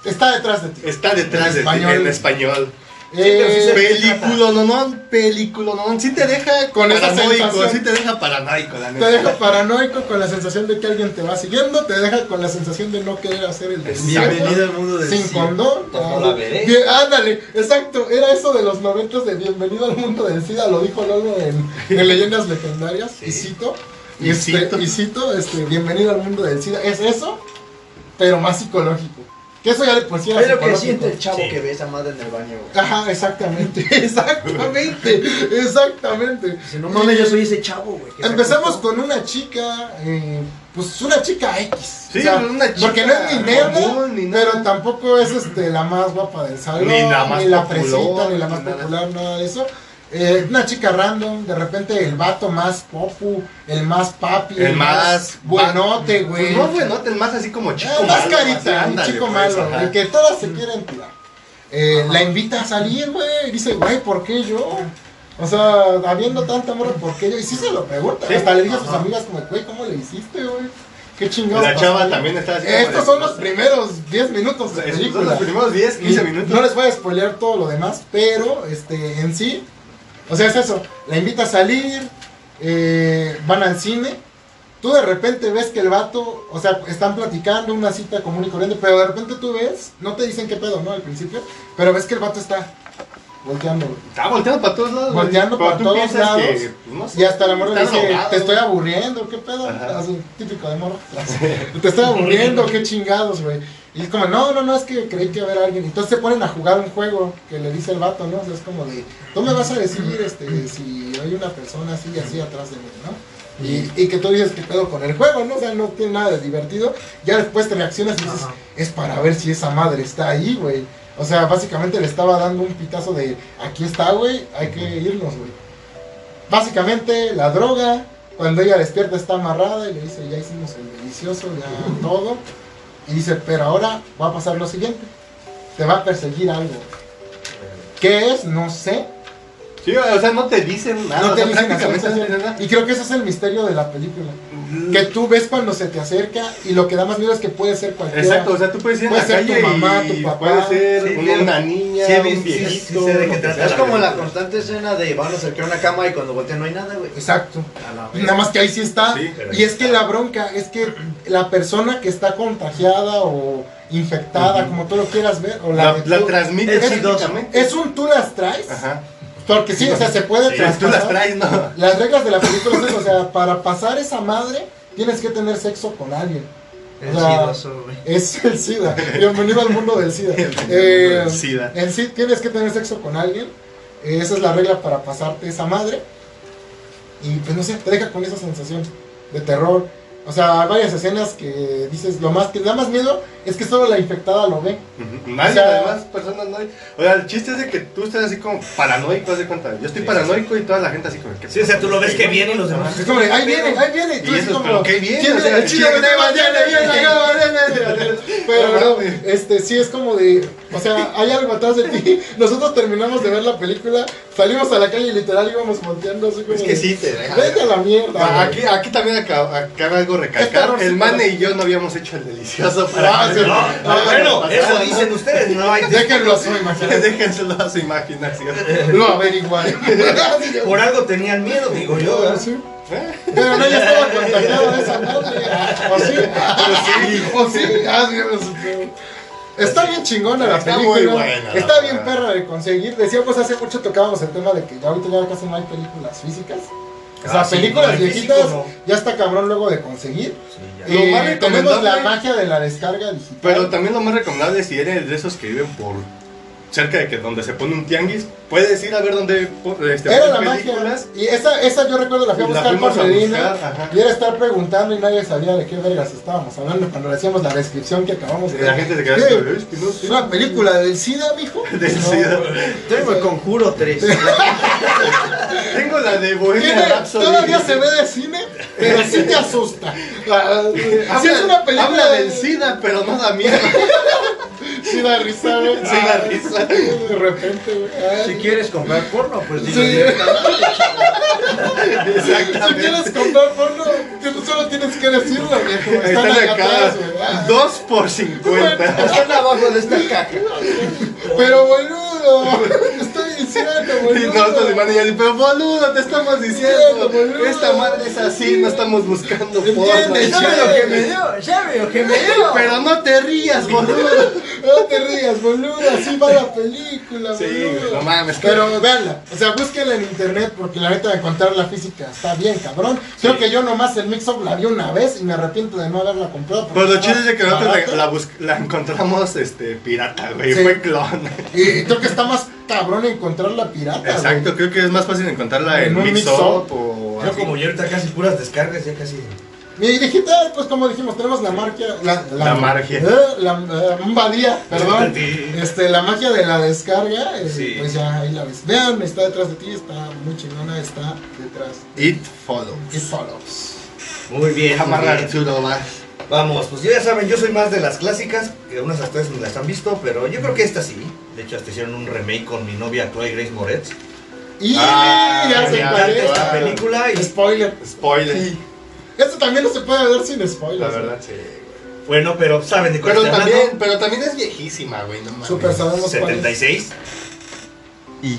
Está detrás de ti.
está detrás de ti,
Español.
en español.
pero sí
Eh,
se
Película, no, no, película, no, sí te deja
Con esa
paranoico,
sensación.
sí te deja paranoico, la
Te deja
neta.
paranoico con la sensación de que alguien te va siguiendo, te deja con la sensación de no querer hacer el
Bienvenido
desierto.
al mundo del
Sin
cine.
condón.
Pues no
ah,
la veré.
bien, ándale, exacto. Era eso de los noventas de Bienvenido al mundo del SIDA, lo dijo Lolo en, en Leyendas Legendarias, y cito.
Y
este,
cito.
y cito, este, Bienvenido al mundo del SIDA. Es eso, pero más psicológico. Que eso ya le pusieron
Es lo que
psicológico.
siente el chavo
Sí.
que ve esa madre en el baño, güey.
Ajá, exactamente, exactamente, exactamente.
Dice, no mames, yo soy ese chavo, güey. que se
Empezamos
acostó".
con una chica, eh, pues una chica X.
Sí, una chica
Porque no es ni
común,
nerd,
ni nada.
pero tampoco es este, la más guapa del salón,
Ni la más
fresita,
popular,
ni la más
ni nada.
popular, nada de eso. Eh, una chica random, de repente el vato más popu, el más papi,
El más-
buenote, güey.
Pues no, güey, no, es más así como
Eh,
chico
más
malo, así,
carita, un
ándale,
chico
pues,
malo,
ajá.
el que todas se quieren tirar. Eh, la invita a salir, güey. y Dice, güey, ¿por qué yo? O sea, habiendo tanta amor, ¿por qué yo? Y sí se lo pregunta.
Sí.
Hasta le dije a sus
Ajá.
amigas, como, güey, ¿cómo le hiciste, güey? Qué chingados.
La chava
pasaron?"
también está así. como
Estos
de-
son los primeros 10 minutos de
Estos Son los
película.
primeros 10, 15 minutos.
No les voy a spoilear todo lo demás, pero este, en sí, o sea, es eso. La invita a salir, eh, van al cine. Tú de repente ves que el vato, o sea, están platicando una cita común y corriente, pero de repente tú ves, no te dicen qué pedo, ¿no? Al principio, pero ves que el vato está volteando. güey.
Está volteando para todos lados. güey.
Volteando
Pero
para
tú
todos
piensas
lados.
que, pues, no sé,
Y hasta la morra le
estás
dice,
drogado.
te estoy aburriendo, qué pedo.
Ajá.
Así, típico de morro. te estoy aburriendo, qué chingados, güey. Y es como, no, no, no, es que creí que iba a haber alguien. Entonces se ponen a jugar un juego que le dice el vato, ¿no? O sea, es como de, tú me vas a decir este, si hay una persona así y así atrás de mí, ¿no? Y, y que tú dices que pedo con el juego, ¿no? O sea, no tiene nada de divertido. Ya después te reaccionas y dices,
Ajá.
es para ver si esa madre está ahí, güey. O sea, básicamente le estaba dando un pitazo de, aquí está, güey, hay que irnos, güey. Básicamente, la droga, cuando ella despierta está amarrada y le dice, ya hicimos el delicioso, ya todo. Y dice, pero ahora va a pasar lo siguiente. Te va a perseguir algo. ¿Qué es? No sé.
Sí, o sea, no te dicen nada.
No
o
te
sea,
dicen
prácticamente no te dicen
nada.
nada. Mm.
Y creo que ese es el misterio de la película. Que tú ves cuando se te acerca y lo que da más miedo es que puede ser cualquiera.
Exacto, o sea, tú puedes ir en
Puede
la
ser tu
calle
mamá,
y
tu papá.
puede ser
Sí,
un-
bien.
una niña,
Sí, he
un
visto, sí,
viejito.
sí sé de qué
lo que
trata.
sea.
Es como la constante escena de van a acercar una cama y cuando voltean no hay nada, güey.
Exacto.
A la verga.
Nada más que ahí sí está.
Sí, pero
y es que la bronca es que la persona que está contagiada o infectada, como tú lo quieras ver, o la,
La, la transmite
Es chidoso.
prácticamente.
es un tú las traes.
Ajá.
Porque sí, o sea, se puede
Sí, tú
traspasar.
las traes, ¿no?
Las reglas de la película es eso, o sea, para pasar esa madre tienes que tener sexo con alguien.
Es
O sea,
chidoso, güey.
Es el SIDA. Bienvenido al mundo del SIDA. Eh,
El SIDA.
en sí, tienes que tener sexo con alguien. eh, esa es la regla para pasarte esa madre. Y pues no sé, te deja con esa sensación de terror. O sea, hay varias escenas que dices, lo más que da más miedo es que solo la infectada lo ve.
Ujú. Nadie,
O sea-
además, personas no hay. O sea, el chiste es de que tú estás así como paranoico, haz de cuenta. Yo estoy
Sí,
paranoico y toda la gente así como. ¿qué
Sí, o sea, tú lo ves que
Ajá.
viene y los demás.
Es como, de, ahí viene, ahí viene.
Y eso es como, ¿qué viene?
"Tiene
O sea,
el chile,
¿quién
viene,
va?
viene, viene, viene, viene". Pero
No
no,
mames.
este, sí es como de, o sea, hay algo atrás de ti. Nosotros terminamos de ver la película, salimos a la calle y literal íbamos volteando así como
Es que
de,
sí, te deja.
Vete a la mierda.
Ah, Aquí, aquí también acaba, acaba algo
Este
Está
recalcar.
horrible.
El Mane y yo no habíamos hecho el delicioso para.
Ah, sí.
No,
Ah,
bueno,
para-
eso dicen ustedes, no hay
Déjenlo a su imaginación.
Déjenselo a su imaginación.
Lo averiguaré.
Por algo tenían miedo, digo yo. ¿verdad?
Sí. ¿eh? Pero no, ya estaba contagiado de esa madre. O sí, o sí, ah, sí, me supe. Está bien chingona la
Está
película.
muy buena, la
está bien
verdad.
perra de conseguir. Decíamos hace mucho tocábamos el tema de que ya ahorita ya casi no hay películas físicas. O sea,
Ah, sí,
películas
no, en
viejitas
físico no.
ya está cabrón luego de conseguir.
Sí, ya.
Lo
Eh,
más
tenemos la
recomendable-
magia de la descarga digital.
Pero también lo más recomendable es si eres de esos que viven por cerca de que donde se pone un tianguis, puedes ir a ver dónde po- este,
Era la
ponen
magia. Y esa, esa yo recuerdo la fui a
La
buscar
fuimos
con
a
Medina.
buscar, ajá.
Y era estar preguntando y nadie sabía de qué vergas estábamos hablando cuando le hacíamos la descripción que acabamos de
Y La gente se queda
Sí,
así, "Es que no sé".
¿Una película del SIDA, mijo?
Del
No,
SIDA.
güey.
Tengo el conjuro 3.
Tengo la de Bohemia
Tiene-
Rhapsody.
Todavía se ve de cine, pero sí te asusta.
Ah, Habla,
Si es una película
habla del
de-
SIDA, pero no da miedo.
Sí da risa, güey. Ah,
Sí da risa.
De repente, güey. Ay,
Si quieres comprar porno, pues dilo
Sí.
directamente.
Si
Exactamente.
quieres comprar porno, tú solo tienes que decirlo, viejo. Están,
Están
acá,
acá.
atrás, güey. Ah.
2 por 50.
Están abajo de esta caja.
Pero boludo, estoy cierto,
Y
boludo.
nosotros, hermano, y yo, pero boludo, te estamos diciendo.
boludo.
Esta madre es así, no estamos buscando
Entiende,
forma.
Ya veo que me dio, ya veo que me dio.
Pero no te rías, boludo.
No te rías, boludo, así va la película,
Sí, güey,
boludo.
no mames.
Pero veanla, o sea, búsquenla en internet porque la neta de contar la física está bien, cabrón. Creo que yo nomás el mix-up la vi una vez y me arrepiento de no haberla comprado. porque
Pues lo
estaba
chido es de que nosotros
barata.
la, la bus- la encontramos este, pirata, güey.
Sí.
Fue clon.
Y creo que está más cabrón encontrar la pirata, güey.
Exacto, creo que es más fácil encontrarla
En
en,
un
Mix
mix-up.
Up o
Yo
así.
como ya ahorita casi puras descargas, ya casi.
Y digital, pues como dijimos, tenemos la marca. La,
La magia.
eh, la, eh, Badía, perdón.
Sí.
este, la magia de la descarga. eh,
Sí.
Pues ya ahí la ves. Vean, está detrás de ti, está muy chingona, está detrás.
It Follows.
It follows.
Muy bien. muy
Amarra
bien.
Arturo va.
Vamos, pues ya saben, yo soy más de las clásicas, que unas hasta ustedes ni las han visto, pero yo creo que esta sí. De hecho, hasta hicieron un remake con mi novia actual Grace Moretz.
Y
Ah,
ya se
ya,
Encanta
parece.
esta película y
Spoiler.
Spoiler.
Sí. Esto también no se puede ver sin
La
spoilers. ¿eh?
verdad, sí. güey.
bueno, pero saben de cuál
Pero
estoy
también,
hablando?
pero también es viejísima, güey. No mames.
Pues Súper sabemos cuál es.
76.
Y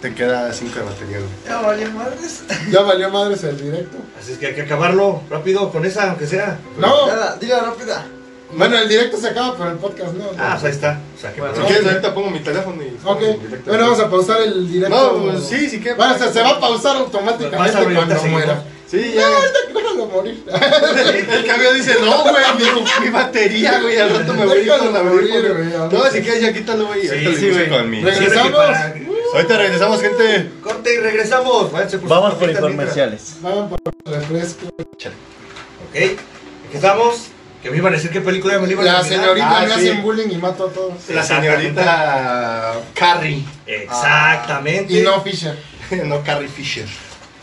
te queda 5 de batería, güey.
Ya valió madres.
Ya valió madres el directo.
Así es que hay que acabarlo rápido con esa, aunque sea.
No,
Dila,
Ah.
dila rápida.
bueno, el directo se acaba, pero el podcast no.
Ah, pues ahí está. O sea, que
Bueno,
Si
perdón.
quieres, ahorita pongo mi teléfono y.
Ok, bueno, vamos a pausar el directo.
No, pues sí, sí que.
Bueno, o sea, se va a
pausar.
pausar
Vas a
automáticamente
abrir,
cuando
ahorita
muera.
Sí,
No,
ya.
ahorita déjalo morir.
El cambio dice, no, güey, mi, mi batería, güey, al rato me voy a ir
Déjalo
con la
morir,
audífono".
güey, ahorita.
No, si quieres ya quítalo, güey.
Sí,
ahorita lo
sí,
inicio
güey.
con mi.
Re-
Siempre que
regresamos.
para-
Ahorita regresamos, gente.
Corte y regresamos. Váyanse sus
Vamos por
papitas
comerciales.
Vayan por refresco.
mientras. Ok, aquí estamos. Que me iban a decir qué película me iban a
La
decir.
señorita
Ah,
me
sí.
hacen bullying y mato a todos.
La señorita Carrie.
Exactamente.
Ah, Y no Fisher.
No, Carrie Fisher.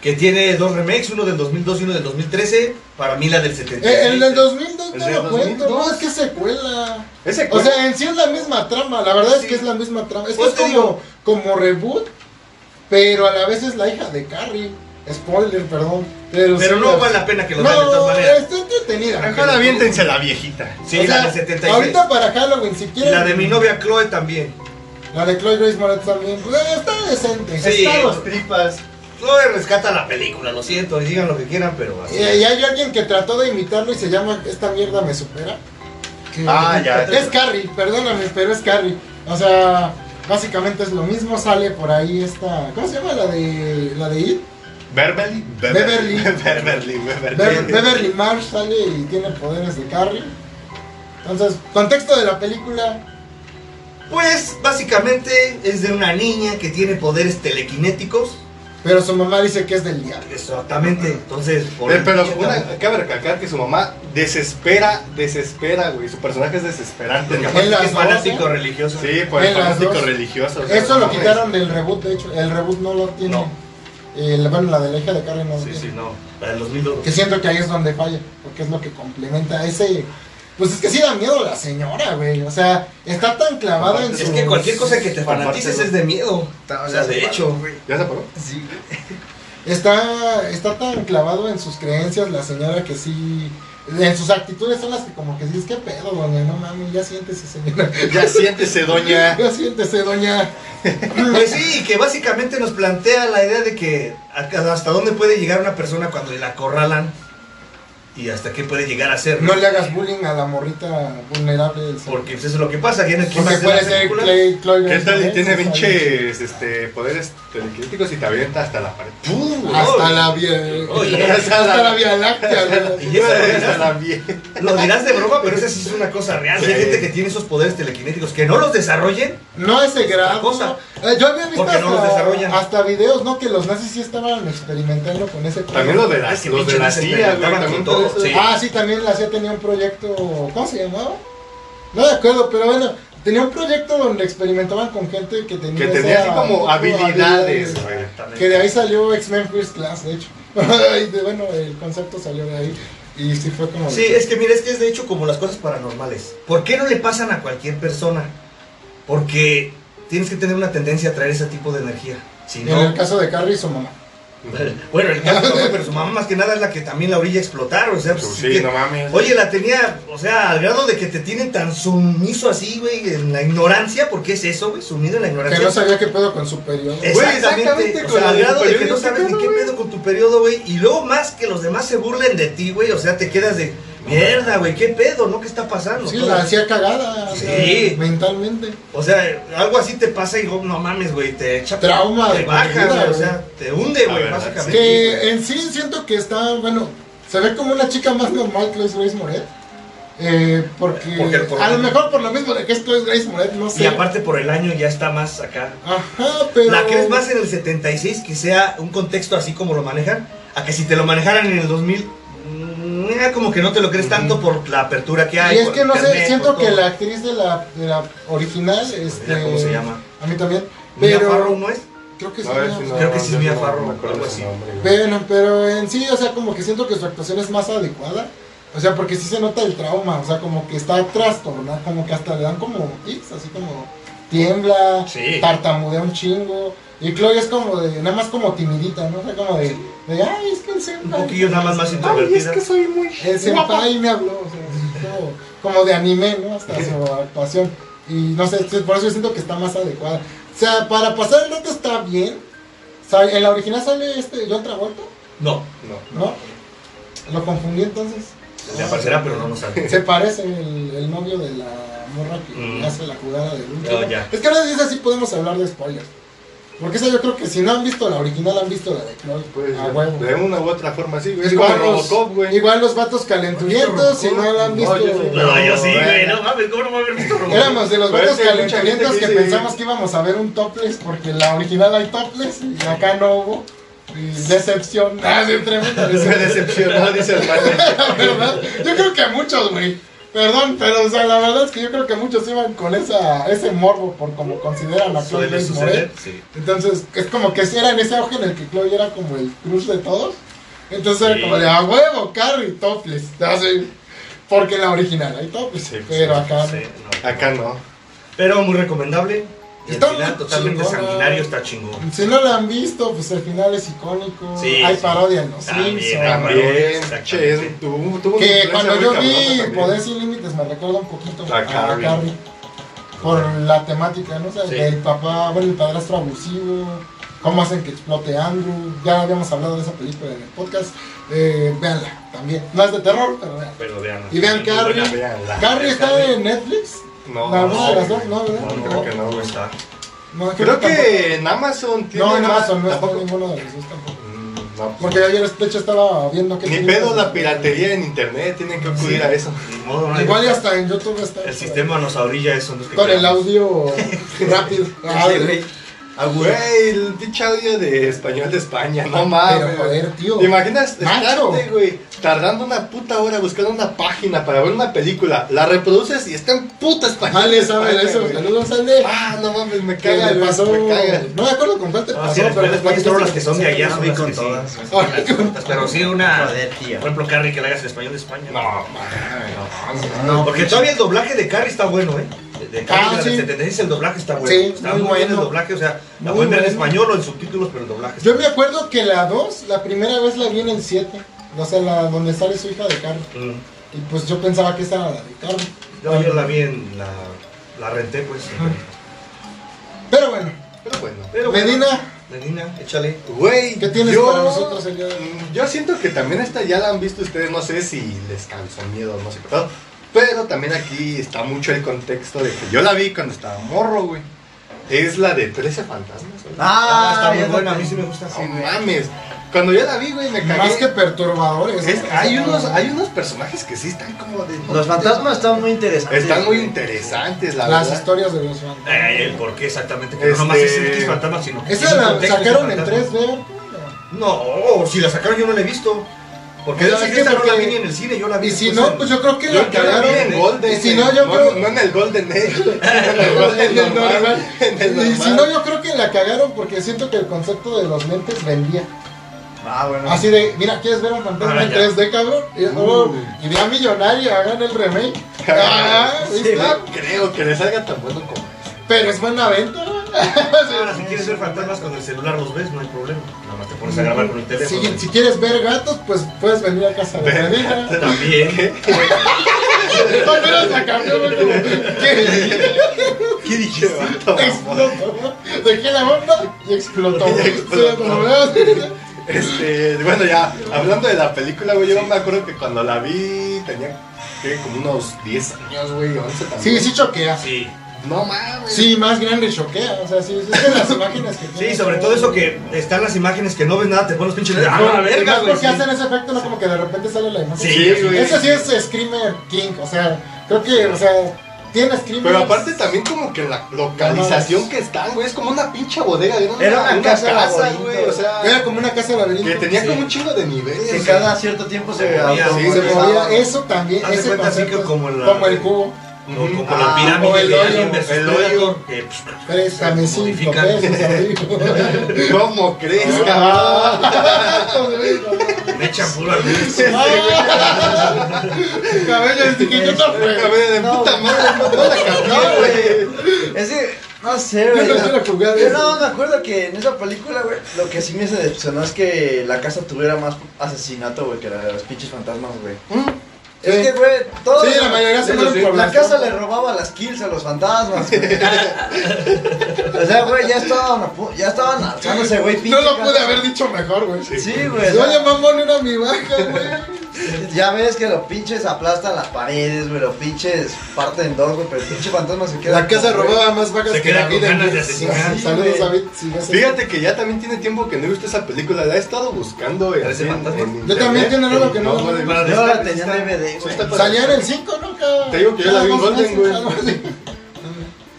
Que tiene dos remakes, uno del 2002 y uno del 2013. Para mí la del
Eh,
76.
el del 2002 no
El del
lo cuento,
2002.
no, es que secuela.
Ese
O
cu-
sea, en sí es la misma trama, la verdad es que
Sí.
es la misma trama. Es que
Pues
es
te
como,
digo.
como reboot, pero a la vez es la hija de Carrie. Spoiler, perdón. Pero,
Pero
sí,
no
la-
vale la pena que lo vean de todas
No,
maneras.
está entretenida.
mejor aviéntense la viejita.
Sí,
O sea,
la del 76.
Ahorita para Halloween, si
Y
quieren.
la de mi novia Chloe también.
La de Chloe Grace Moretz también. pues, eh, está decente.
Sí.
Están los tripas.
Chloe rescata la película, lo siento. Y digan lo que quieran, pero así.
Y, Eh, y hay alguien que trató de imitarlo y se llama Esta mierda me supera. Que-
Ah, ya.
Es Carrie, perdóname, pero es Carrie. O sea, básicamente es lo mismo. Sale por ahí esta. ¿Cómo se llama la de la de It?
Beverly.
Beverly.
Beverly.
Be-
Beverly.
Beverly Marsh sale y tiene poderes de Carrie. Entonces, contexto de la película.
Pues básicamente es de una niña que tiene poderes telequinéticos.
Pero su mamá dice que es del diablo.
Exactamente. Entonces, por
Eh, pero
el-
una, cabe recalcar que su mamá desespera, desespera, güey. Su personaje es desesperante.
Porque
¿no?
aparte
En las
es fanático
dos,
religioso.
Sí, por el
En las
fanático
dos.
religioso. o sea,
Eso
no
lo
mames.
quitaron del reboot, de hecho. El reboot no lo tiene.
No.
Eh, la- bueno, la de la hija de Carrie no lo
Sí,
tiene.
sí, no. La del 2002.
Que siento que ahí es donde falla, porque es lo que complementa ese. Pues es que sí da miedo la señora, güey. O sea, está tan clavada en su.
Es que cualquier cosa que te fanatices
Compártelo.
es de miedo. O sea, de hecho.
¿Ya se apagó?
Sí, güey.
Está, está tan clavado en sus creencias la señora que sí. En sus actitudes son las que, como que sí, es que pedo, doña. No mames, ya siéntese, señora.
Ya siéntese, doña.
Ya siéntese, doña.
Pues sí, que básicamente nos plantea la idea de que a- hasta dónde puede llegar una persona cuando la acorralan y hasta qué puede llegar a ser.
No le hagas bullying a la morrita vulnerable del señor.
Porque pues, eso es lo que pasa. aquí en el
Porque
clímax de la
puede ser
película.
Clay, Chloe
¿Qué
Grace
tal? Y
Moretz,
tiene
está bien.
pinches este, poderes telequinéticos y te avienta hasta la pared. ¡Pum! güey!
Hasta la vía.
Oye.
Hasta la vía láctea, güey.
Y lleva-
Hasta la vie-
Lo dirás de broma, pero esa sí es una cosa real. Si
Sí.
Hay gente que tiene esos poderes telequinéticos que no los desarrollen.
No ese grado.
cosa.
Eh, yo había visto
Porque no los desarrollan.
hasta, hasta videos, ¿no? Que los nazis sí estaban experimentando con ese
También lo de la,
Ah, ese
los de
pinche
la
nazi
CIA, güey.
experimentaba
También
con todo, ¿eh?
todo eso.
sí.
Ah, sí, también la CIA tenía un proyecto. ¿Cómo se llamaba? No me acuerdo, pero bueno, tenía un proyecto donde experimentaban con gente que tenía.
Que tenía así
esa-
como habilidades, güey.
Que de ahí salió X-Men First Class, de hecho. Y de- bueno, el concepto salió de ahí. Y sí fue como.
Sí, es que mira, es que es de hecho como las cosas paranormales. ¿Por qué no le pasan a cualquier persona? Porque tienes que tener una tendencia a traer ese tipo de energía. Si
en
no,
el caso de Carrie y su mamá.
Bueno, el caso de su mamá, pero su mamá más que nada es la que también la orilla a explotar, o sea, pues,
Pues
sí
sí,
que-
no mames.
Oye, la tenía, o sea, al grado de que te tienen tan sumiso así, güey, en la ignorancia, porque es eso, güey, sumido en la
Que
ignorancia.
no sabía qué pedo con su periodo.
Güey, exactamente,
o
con
sea,
la
al
de
grado de que
periodo,
no sabes
claro,
ni qué
güey.
pedo con tu periodo, güey, y luego más que los demás se burlen de ti, güey, o sea, te quedas de mierda, güey, qué pedo, ¿no? ¿Qué está pasando?
Sí,
Todo.
la hacía cagada. o sea,
Sí.
mentalmente.
O sea, algo así te pasa y oh, no mames, güey, te echa
Trauma
te
de
baja,
vida,
güey, o
güey.
sea, te hunde,
La
güey,
verdad,
básicamente.
Que en sí siento que está, bueno, se ve como una chica más normal que es Grace Moret. Eh, porque,
Porque por-
a lo mejor por lo mismo de que es Chloe Grace Moret, no sé.
Y aparte por el año ya está más acá.
Ajá, pero.
La crees más en el 76 que sea un contexto así como lo manejan, a que si te lo manejaran en el 2000, mm, eh, como que no te lo crees tanto por la apertura que hay.
Y es
por
que no sé,
internet,
siento
por
que
todo.
la actriz de la, de la original, este.
Mira ¿Cómo se llama?
A mí también.
Mia Farrow
Pero.
no es.
Creo que sí.
A ver
no,
si
sí.
no-
Creo que sí es
yo
Mia
no
Farrow,
me acuerdo
algo
su
así.
nombre, güey.
Bueno, pero en sí, o sea, como que siento que su actuación es más adecuada. O sea, porque sí se nota el trauma, o sea, como que está trastornada, como que hasta le dan como tics, así como tiembla,
Sí.
tartamudea un chingo. Y Chloe es como de, nada más como timidita, ¿no? O sea, como de, de ay, es que el
Un
senpai.
poquillo nada más más
Ay, es
introvertida.
que soy muy.
El senpai me habló, o sea, así como, como de anime, ¿no? Hasta su actuación. Y no sé, entonces, por eso yo siento que está más adecuada. O sea, para pasar el rato está bien. O sea, en la original sale este John Travolta.
No,
No.
¿No? Lo confundí entonces.
le aparecerá, pero no nos sale.
Se parece el, el novio de la morra que
Mm.
hace la jugada de Luke.
Oh, ya.
Es que ahora dices así podemos hablar de spoilers. Porque esa yo creo que si no han visto la original, han visto la de Chloe.
Pues,
Ah,
a huevo.
de una u otra forma, sí, güey. Es como
Igual los,
Robocop, güey.
igual los vatos calenturientos, si no la han visto.
No, yo sí.
No, yo sí,
No,
güey,
bueno.
no mames, ¿cómo no me haber visto Robocop?
Éramos de los
Pero
vatos
es que hay mucha
calenturientos
gente
que,
que dice-
pensamos que íbamos a ver un topless porque en la original hay topless y acá no hubo. Y Decepción. Ah, sí, tremenda
Me
decepción.
decepcionó, dice el padre.
La verdad, yo creo que muchos, güey. Perdón, pero o sea, la verdad es que yo creo que muchos iban con esa, ese morbo por como consideran a Chloe
Suele
Grace
suceder,
Moretz.
sí.
Entonces, es como que era en ese ojo en el que Chloe era como el cruz de todos. Entonces
Sí.
era como de a huevo, Carrie, topless. Así, porque en la original hay topless,
Sí, pues,
pero Ah.
sí,
acá.
Sí, no.
Acá no.
Pero muy recomendable. Y
Está
al final
muy
totalmente
chingona.
sanguinario está chingón.
Si no la han visto, pues el final es icónico.
Sí,
hay
sí.
parodia en los
También,
Simpsons.
También,
Exactamente.
che, es- tuvo, tuvo
Que
una influencia
cuando
muy
yo
cabrona
vi
también.
Poder Sin Límites me recuerda un poquito
A
a
Carrie.
Carrie. Por la temática, ¿no? O sea,
Sí.
el papá, bueno, el padrastro abusivo, cómo hacen que explote Andrew. Ya habíamos hablado de esa película en el podcast. Eh, véanla también. No es de terror, pero vean.
Pero vean.
Y vean
muy
Carrie.
buena.
Véanla.
Carrie está en Netflix.
No,
La una de las
güey.
dos, no, ¿verdad?
No, creo que no,
No
güey.
está.
No,
Creo que en Amazon
tampoco-
tiene
No, en
más-
Amazon no está
tampoco-
ninguno de los dos tampoco.
Mm, no, pues,
Porque ayer, de hecho, estaba viendo que.
Ni pedo la piratería en internet, tienen que acudir a eso.
Ni modo, no hay-
Igual ya hasta en YouTube está.
El sistema nos ahorilla eso. No es que
Con el
queramos.
audio rápido. Ah,
Sí, güey.
Ah, güey, el pinche audio de español de España, no
Pero
mames.
joder, tío.
¿Te imaginas
Macho.
estarte, güey, tardando una puta hora buscando una página para ver una película? La reproduces y está en puta español.
Ale
de
sabe de
España,
eso.
güey.
Saludos, Ale.
Ah, no mames, me
Que
caga,
le
güey,
pasó.
me caga.
No me acuerdo con cuál te
No,
pasó,
Ah, sí, las
pero
primeras
después
partes son las que son de allá, son
Voy
las
con
que sí.
todas. Ah,
Ahora con-
Pero sí, una.
Joder, tío.
Por ejemplo, Carrie que la hagas en español de España.
No,
No, porque todavía el doblaje de Carrie está bueno, ¿eh? De- De Carrie,
Ah,
la del
sí.
76, el doblaje está bueno.
Sí,
está
muy
muy bueno el
bueno.
doblaje, o sea, la
Muy
pueden ver en
bueno.
español o en subtítulos, pero el doblaje está
Yo me acuerdo que la 2, la primera vez la vi en el 7. O sea, la, donde sale su hija de Carmen.
Mm.
Y pues yo pensaba que esta era la de Carmen.
Yo, yo la vi en la. La renté, pues.
Pero bueno,
pero bueno.
Pero bueno,
Medina,
Medina, échale.
Güey,
¿qué tienes
yo- mm,
para nosotros el día de hoy?
Yo siento que también esta ya la han visto ustedes, no sé si les causó miedo o no sé qué pedo, Pero también aquí está mucho el contexto de que yo la vi cuando estaba morro, güey. Es la de 13 fantasmas. güey.
Ah,
está muy
ya
buena, a
te-
mí sí me gusta.
No mames. Cuando yo la vi, güey, me cagué.
Más que perturbadores.
Es-
O sea,
hay, unos, hay unos personajes que sí están como de.
Los fantasmas están muy interesantes.
Están muy
güey.
interesantes, la
Las
verdad.
historias de los fans.
Eh, el por qué exactamente. Que no
Este-
nomás es el X fantasma, sino que
Esa
tiene
la
contexto
sacaron
ese
en
fantasma.
3D.
No, oh, si la sacaron yo no la he visto. Porque
Pues
de
es
hecho,
que
esa no la
porque-
vi ni en Ah, el cine, yo la vi.
Y si
después
no,
en-
pues yo creo que
Yo
la
la vi en
cagaron.
Golden.
Y si no, yo
no,
creo.
no en el Golden Age. En el
En
Golden
el
normal.
normal.
En el
Y
normal.
si no, yo creo que la cagaron porque siento que el concepto de los lentes vendía.
Ah, bueno.
Así de, mira, ¿quieres ver un fantasma
Ah,
en
ya.
3D, cabrón? Y
Uh.
iría millonario, hagan el remake. Ah, ahí
Sí,
está.
no creo que le salga tan bueno como.
Pero es buena venta.
Ahora, si quieres ver fantasmas con el celular, los ves, no hay problema. Nada más te pones a grabar con el teléfono.
Si, si quieres ver gatos, pues puedes venir a casa de la niña.
También.
Apenas la cambió, güey, como, ¿qué?
¿Qué dijiste?
Explotó. Dejé la onda y explotó.
Ya explotó.
Sí, como veas.
Este, bueno, ya hablando de la película, güey, yo me acuerdo que cuando la vi tenía ¿qué? como unos 10 años, güey, 11
Sí,
también.
sí choquea.
Sí.
No mames.
Sí, más grande choquea. O sea, sí, es que las imágenes que
Sí,
tiene-
sobre todo eso que están las imágenes que no ves nada, te pones pinche. ¡Ah, la verga,
Además,
güey!
porque hacen ese efecto, no como que de repente sale la imagen.
Sí,
Sí, güey.
Eso sí es Screamer King, o sea, creo que, o sea, tiene Screamer.
Pero aparte también como que la localización que están, güey, es como una pinche bodega.
Era una casa laberinto.
güey, o sea,
Era como una casa de
que
laberinto.
tenía
Sí.
como un chingo de niveles.
Que
güey.
cada cierto tiempo se
Sí,
sí,
Se movía.
automatizaba.
Eso también,
Haz de
ese
cuenta, así
concepto
que
es
como la-
como el cubo.
No, como
Ah,
la
o
pirámide
el
de
hoyo,
Alien versus
el hoyo.
Predator, que, pff,
Tres camisitos,
modifica.
pesos, amigos.
¿Cómo crees, cabrón?
pues, me echan puro al
Cabello de chiquito, no, pues. güey.
Cabrón, de puta madre, no, no la
No,
cambié, güey.
güey. Es que, no sé,
Yo
güey.
no quiero jugar
Yo
eso.
no me acuerdo que en esa película, güey, lo que sí me decepcionó es que la casa tuviera más asesinato, güey, que la de los pinches fantasmas, güey.
Mm.
Es
Sí.
que, güey, todo.
Sí, la mayoría se mueren por
La
las
casa
trampas.
le robaba las kills a los fantasmas, güey. O sea, güey, ya estaban, a pu- ya estaban alzándose, güey, pinche
No lo
casa.
pude haber dicho mejor, güey.
Sí, güey. o
Oye,
sea,
mamón, era mi baja, güey.
Ya ves que los pinches aplastan las paredes, güey, los pinches parten dos, güey, pero el pinche fantasma se queda.
La casa
güey.
robaba más vacas
Se
que la
queda con
vida.
ganas
güey.
de asesinar.
Sí, Saludos
güey.
a Bit. si ves eso.
Fíjate que ya también tiene tiempo que no he visto esa película, la he estado buscando en,
Parece
en-
fantasma.
en
Yo
internet,
también tiene algo
en-
que no-
puede-
Para
Yo la
descargar,
tenía en
está-
DVD, güey.
está para-
Salía en el 5, ¿no?
Te digo que yo la vi en Golden, güey.
güey.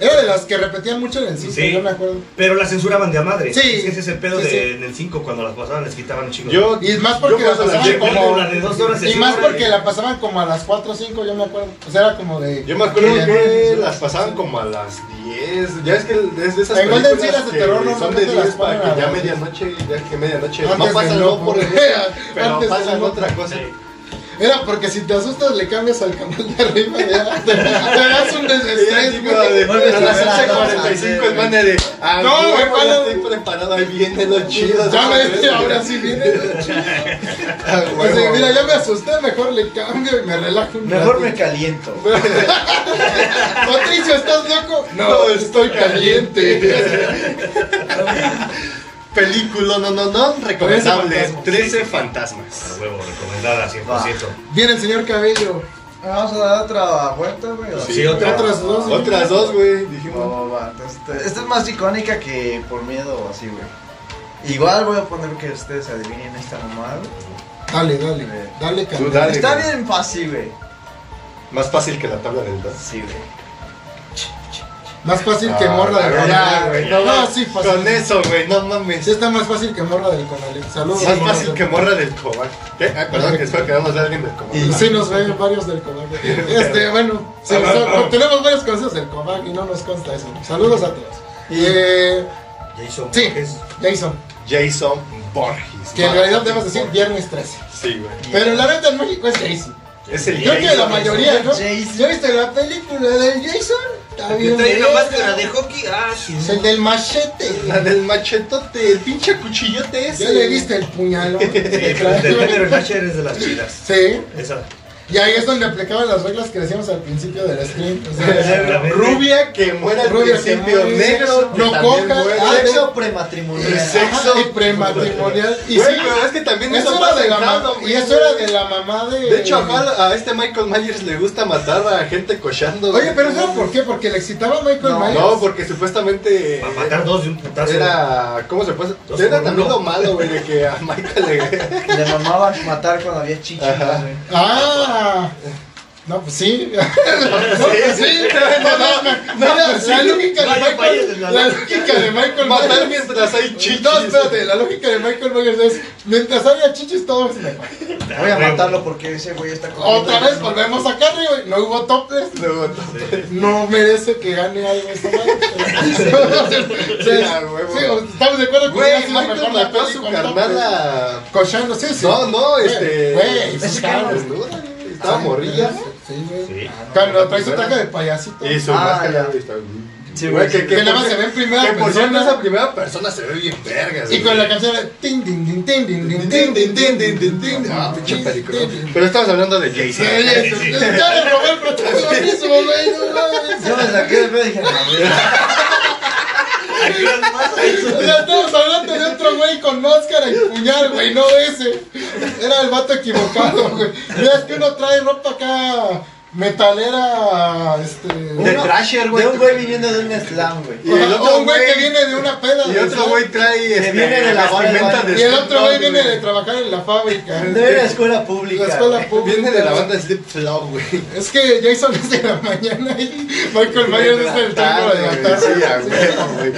Era de las que repetían mucho en el 5,
Sí.
yo me acuerdo.
Pero la censuraban de a madre.
Sí.
Es que ese es el pedo
Sí,
de,
sí.
en el 5, cuando las pasaban, les quitaban un chingo.
Yo,
Y más porque
Yo
la
por eso la
pasaban
vi,
como.
la de dos horas de
Y más
cine,
porque
güey.
la pasaban como a las 4 o 5, yo me acuerdo. O sea, era como de.
yo me acuerdo
de-
que las pasaban como a las 10. Ya es que es de esas
En Golden sí las
películas
de
que
terror
son
normalmente
de
las
10 para
ponen a
que ya
las-
medianoche, ya que medianoche.
Antes
no
del
pasan
loco.
no por pero
Antes del
pasan
loco.
otra cosa.
Era porque si te asustas le cambias al canal de arriba. ya. Te, te das un desestrés, güey.
Vuelves
A
a
las
ver la
11.45 el
doce,
mane de. ah,
No,
huevo,
güey,
ya
para-
Estoy preparado, ahí viene lo chido.
Ya
¿no?
ves, ahora sí viene.
Ah,
O
huevo.
sea, mira, ya me asusté, mejor le cambio y me relajo un
Mejor me
ratito.
caliento.
Patricio, ¿estás loco?
No,
estoy caliente.
Película, no, no, no, recomendable.
Trece fantasmas.
13 fantasmas.
A huevo, recomendada 100%.
Viene el señor Cabello.
Vamos a dar otra vuelta, güey. ¿o?
Sí, otra.
Otras dos. ¿no?
Otras dos, güey,
Va,
dijimos.
va, va. Entonces, esta- Esta es más icónica que por miedo o así, güey. Igual voy a poner que ustedes adivinen esta mamada. güey.
Dale, dale. Dale,
Tú
Cabello.
dale,
Está
güey.
bien fácil, güey.
Más fácil que la tabla del 2.
Sí, güey.
Más fácil que
Ah,
morra del
ya,
Conalep.
güey,
No,
no,
sí,
Con
fácil.
eso, güey, no
Sí
mames.
está más fácil que morra del Conalep. Saludos.
Más fácil que morra del cobal. ¿Qué? Ah, perdón, que espero que vamos a ver alguien del cobal.
Y sí nos ven varios del Comac. Este, bueno, sí, nos- tenemos varios consejos del Comac y no nos consta eso. Saludos a todos. Eh,
Jason
Sí.
Borges.
Jason,
Jason Borges.
que en realidad debemos decir viernes 13.
Sí, güey.
Pero la renta en México es Jason.
Es el
Creo que la
Jason.
mayoría, ¿no?
Jason.
¿Ya viste la película del Jason? Está
Que
bien.
trae una
verga.
máscara de hockey. Ah, sí.
Es el del machete.
La del machetote, el pinche cuchillote ese.
¿Ya le viste el puñalón?
Sí, pero el del género Nasher es de las chidas.
Sí.
Esa.
Y ahí es donde aplicaban las reglas que decíamos al principio del stream. O sea,
Exactamente.
Rubia que muera al
Rubia que
principio,
muere,
negro que
no
también
coja,
muere.
ah,
Sexo
El
prematrimonial.
sexo.
y prematrimonial. Y
Güey,
sí,
pero es que también
Eso
pasa
era de
en
la
Halloween,
mamá. Y eso
güey.
era de la mamá de.
De hecho, a, a este Michael Myers le gusta matar a gente cochando.
Oye, pero ¿sabes por qué? Porque le excitaba a Michael
No,
Myers.
No, porque supuestamente.
Para matar dos de un putazo.
Era. ¿Cómo se puede?
Dos
Era
por
también
uno.
lo malo, güey, de que a Michael le.
Le mamaban matar cuando había chichis,
Ajá.
güey.
Ah. No, pues sí. no, pues sí. No, no, no. Mira, la lógica de
Vaya, vaya,
Michael.
de la
La lógica de Michael Myers.
Matar mientras hay chichis.
No, espérate, la lógica de Michael Myers es mientras haya chichis todo es mejor.
Voy a matarlo porque ese güey está comiendo.
Otra vez volvemos a Carrie, güey. No hubo topes.
Luego, t-
No merece que gane algo esta madre. Sí, sí,
a huevo.
estamos de acuerdo que hubiera
Güey,
sido
Michael
mejor la
mató a
peli
su
con
carnala.
topes. Cochando, sí, sí.
No, no, este.
Güey,
Ese
sus
cabrón.
caras.
desnuda, güey, Estaba morrilla.
Sí, güey.
Sí.
Cuando trae su traje de payasito.
Y su
Ah,
máscara,
ya.
güey, está-
Sí,
Güey,
güey.
que, que
Que nada
por
más se
cier-
ve en primera
que por cierto,
persona.
esa primera persona se ve bien verga,
Y con la canción de tin tin tin tin tin tin tin tin tin tin tin tin
Ah, pinche película.
Sí,
Pero estamos hablando de
sí,
Jason.
sí. Ya le robé el protagonismo, güey, no mames.
Yo me saqué de pedo y dije, no, güey.
Ya estamos hablando de otro güey con máscara y puñal, güey, no ese. Era el vato equivocado, güey. Mira, es que uno trae ropa acá metalera, este...
De
una-
Thrasher, güey.
De un güey viniendo de un slam, güey.
Y el
o
otro
un güey que
güey.
viene de una peda.
Y
de
otro
slam.
güey trae este,
viene de la
vestimenta
banda
de
Y el otro güey
Slipknot,
viene de trabajar en la fábrica.
De una escuela pública.
La escuela
güey.
pública.
Viene de la banda Slip Flop, güey.
Es que Jason es de la mañana y Michael Myers es el triángulo de la tarde.
Ah, Sí, a huevo, güey.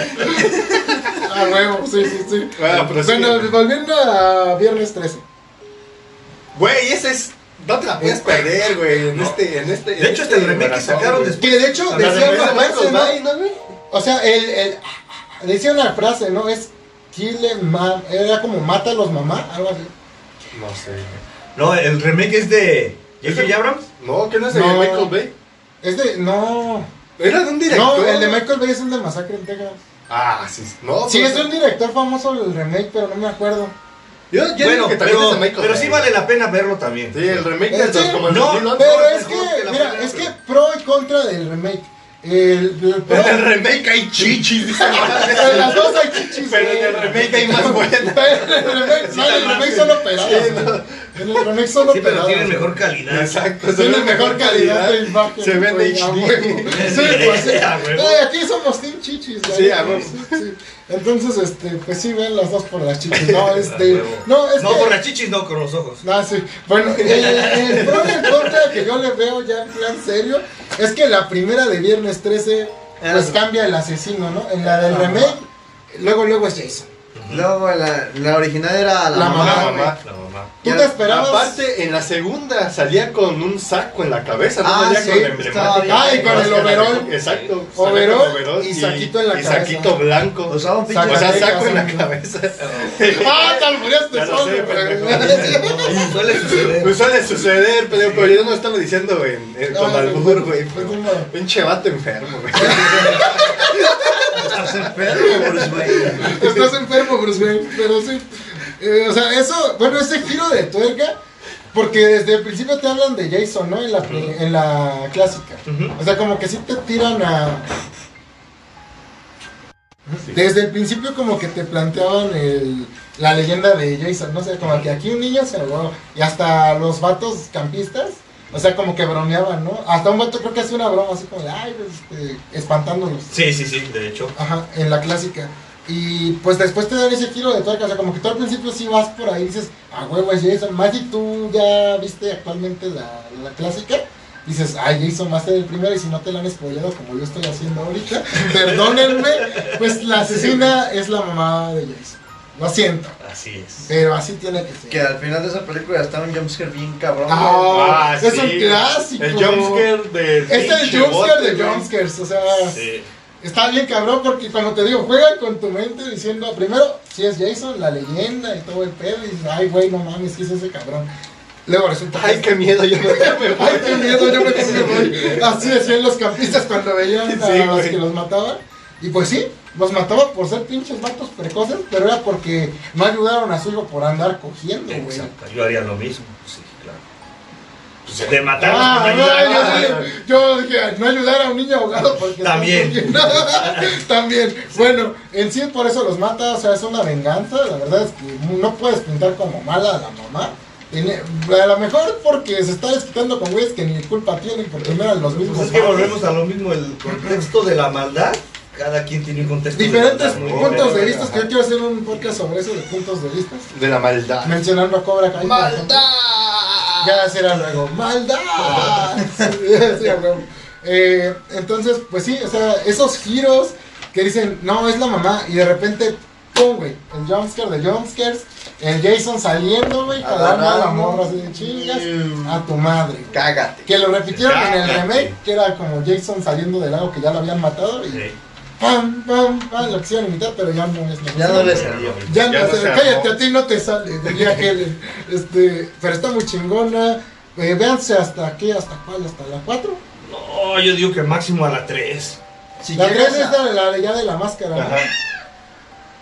A huevo, sí, sí, sí.
Bueno, pero sí,
Bueno,
güey.
volviendo a Viernes 13.
Güey, ese es. No te la puedes perder, güey. En este, en este.
De hecho, este remake que sacaron después.
Que de hecho
La
decía
referencia
una
a Michael
frase,
Bay,
¿no?
¿no, güey?
O sea, el, el, decía una frase, ¿no? Es kill em ma- era como mátalos mamá, algo así.
No sé.
No, el remake es de J.J. Abrams.
No, que no es de
No.
Michael Bay.
Es de, no,
Era de un director.
no, el de Michael Bay es el de Masacre en Texas.
Ah, sí. No,
Sí,
pero-
es de un director famoso el remake, pero no me acuerdo.
Yo, yo
Bueno,
digo que también
pero,
es de Michael
pero
Bay.
sí vale la pena verlo también.
Sí, el remake
Eh,
del
sí,
como el
no,
2011.
Pero
no, mejor
es que,
que la
mira,
primera,
es que
pero-
pro y contra del remake. El, el pro,
En el remake hay chichis, dice
en las dos hay chichis.
Pero en el
güey.
remake hay más buena.
Pero en el remake, no, en el remake son operadas. güey. En el remake son operadas.
Sí, pero tienen
güey.
mejor calidad.
Exacto, Pues se
Tiene
ve
mejor calidad de imagen.
Se ven
güey, a
HD.
huevo. Sí, pues, sí. Ay, aquí somos Team Chichis, güey.
Sí, a huevo.
Sí, sí. Entonces, este, pues sí, ven las dos por las chichis. No,
A
este.
huevo.
No, es
No,
que.
por las chichis, no, con los ojos.
Ah, sí. Bueno, eh, el pro y el contra que yo le veo ya en plan serio es que la primera de viernes 13 pues
Era-
cambia el asesino, ¿no? En la del
Ajá.
remake, luego luego es Jason.
Luego la, la original era la,
La
mamá.
mamá.
güey.
La mamá.
¿Tú
Ya,
te esperabas?
Aparte, en la segunda salía con un saco en la cabeza. No
Ah,
salía
sí,
con la emblemática.
estaba bien.
Ah, y con el
máscara de-
overol.
Exacto.
Overol
salía con overol
y saquito en la
y
cabeza.
saquito blanco. O sea,
Usaba un pinche.
Saca-
saco en la
sí.
cabeza.
¡Ah, te albureaste
Ya lo
solo,
sé,
pero-
pendejo.
Suele
Pues
suceder.
suele suceder, pero, pero yo no lo estaba diciendo en, en, con
No, no, no,
albur,
no,
güey.
no,
pero-
no. Este
Pinche vato enfermo, güey.
Estás enfermo, Bruce Wayne.
Estás enfermo, Bruce Wayne, pero sí. Eh, o sea, eso, bueno, ese giro de tuerca, porque desde el principio te hablan de Jason, ¿no? En la, pri- en la clásica.
Ujú.
O sea, como que sí te tiran a... Desde el principio como que te planteaban el, la leyenda de Jason, ¿no? O sea, como que aquí un niño se robó, y hasta los vatos campistas, o sea, como que bromeaban, ¿no? Hasta un vato creo que hace una broma así como de, ay, este, espantándolos.
Sí, sí, sí, de hecho.
Ajá, en la clásica. Y pues después te dan ese giro de tuerca, o sea, como que tú al principio sí vas por ahí y dices, a huevo es Jason, más si tú ya viste actualmente la, la clásica, dices, ay Jason va a ser el primero y si no te la han spoileado como yo estoy haciendo ahorita, perdónenme, pues la asesina es la mamá de Jason, lo siento,
Así es.
pero así tiene que ser.
Que al final de esa película estaba un jumpscare bien cabrón. güey.
Ah,
Ah,
es
sí.
un clásico.
El jumpscare de.
Es el jumpscare de jumpscares, o sea,
Sí.
Está bien cabrón porque cuando te digo, juega con tu mente diciendo, primero, si es Jason, la leyenda y todo el pedo, y dices, ay, güey, no mames, ¿qué es ese cabrón? Luego resulta que-
Ay, qué miedo, yo no me voy.
Ay, qué miedo, yo me tengo que morir. Así decían los campistas cuando veían a
Sí,
los
güey.
que los mataban. Y pues sí, los mataban por ser pinches matos precoces, pero era porque no ayudaron a su hijo por andar cogiendo, güey.
Exacto. Yo haría lo mismo. Sí, claro. Pues, de matar
Ah,
a los que me ayudaron.
no, yo, yo dije, no ayudar a un niño ahogado porque...
También.
También. Bueno, en sí por eso los mata, o sea, es una venganza. La verdad es que no puedes pintar como mala a la mamá. Tiene- A lo mejor porque se está desquitando con güeyes que ni culpa tienen porque no eran los mismos.
Pues es que
malos.
volvemos a lo mismo, el contexto de la maldad. Cada quien tiene un contexto
Diferentes
de maldad muy
puntos de
diferente.
vista, que yo quiero hacer un podcast sobre eso de puntos de vista.
De la maldad. Ah.
Mencionando a Cobra Kai. por ejemplo. Ya será luego. ¡Maldad! Sí, a huevo. Eh, entonces, pues sí, o sea, esos giros que dicen, no, es la mamá, y de repente, ¡pum, güey! El jumpscare de jumpscares, el Jason saliendo, güey, cada
Agarrando.
una la morra así de chingas, a tu madre. güey.
Cágate.
Que lo repitieron en el
Cállate.
remake, que era como Jason saliendo del lago que ya lo habían matado, y
Sí.
¡pam, pam, pam! Lo quisieron imitar, pero ya no es lo
Ya
mismo.
no le salió.
Ya,
Ya
no,
no
se-
se
cállate,
armó.
a ti no te sale, diría Helen. Este, pero está muy chingona. Eh, véanse hasta aquí, hasta cuál, hasta la 4.
No, yo digo que máximo a la 3.
Si
la
llegas
tres es
a-
la, la de ya de la máscara, ¿no?
Ajá.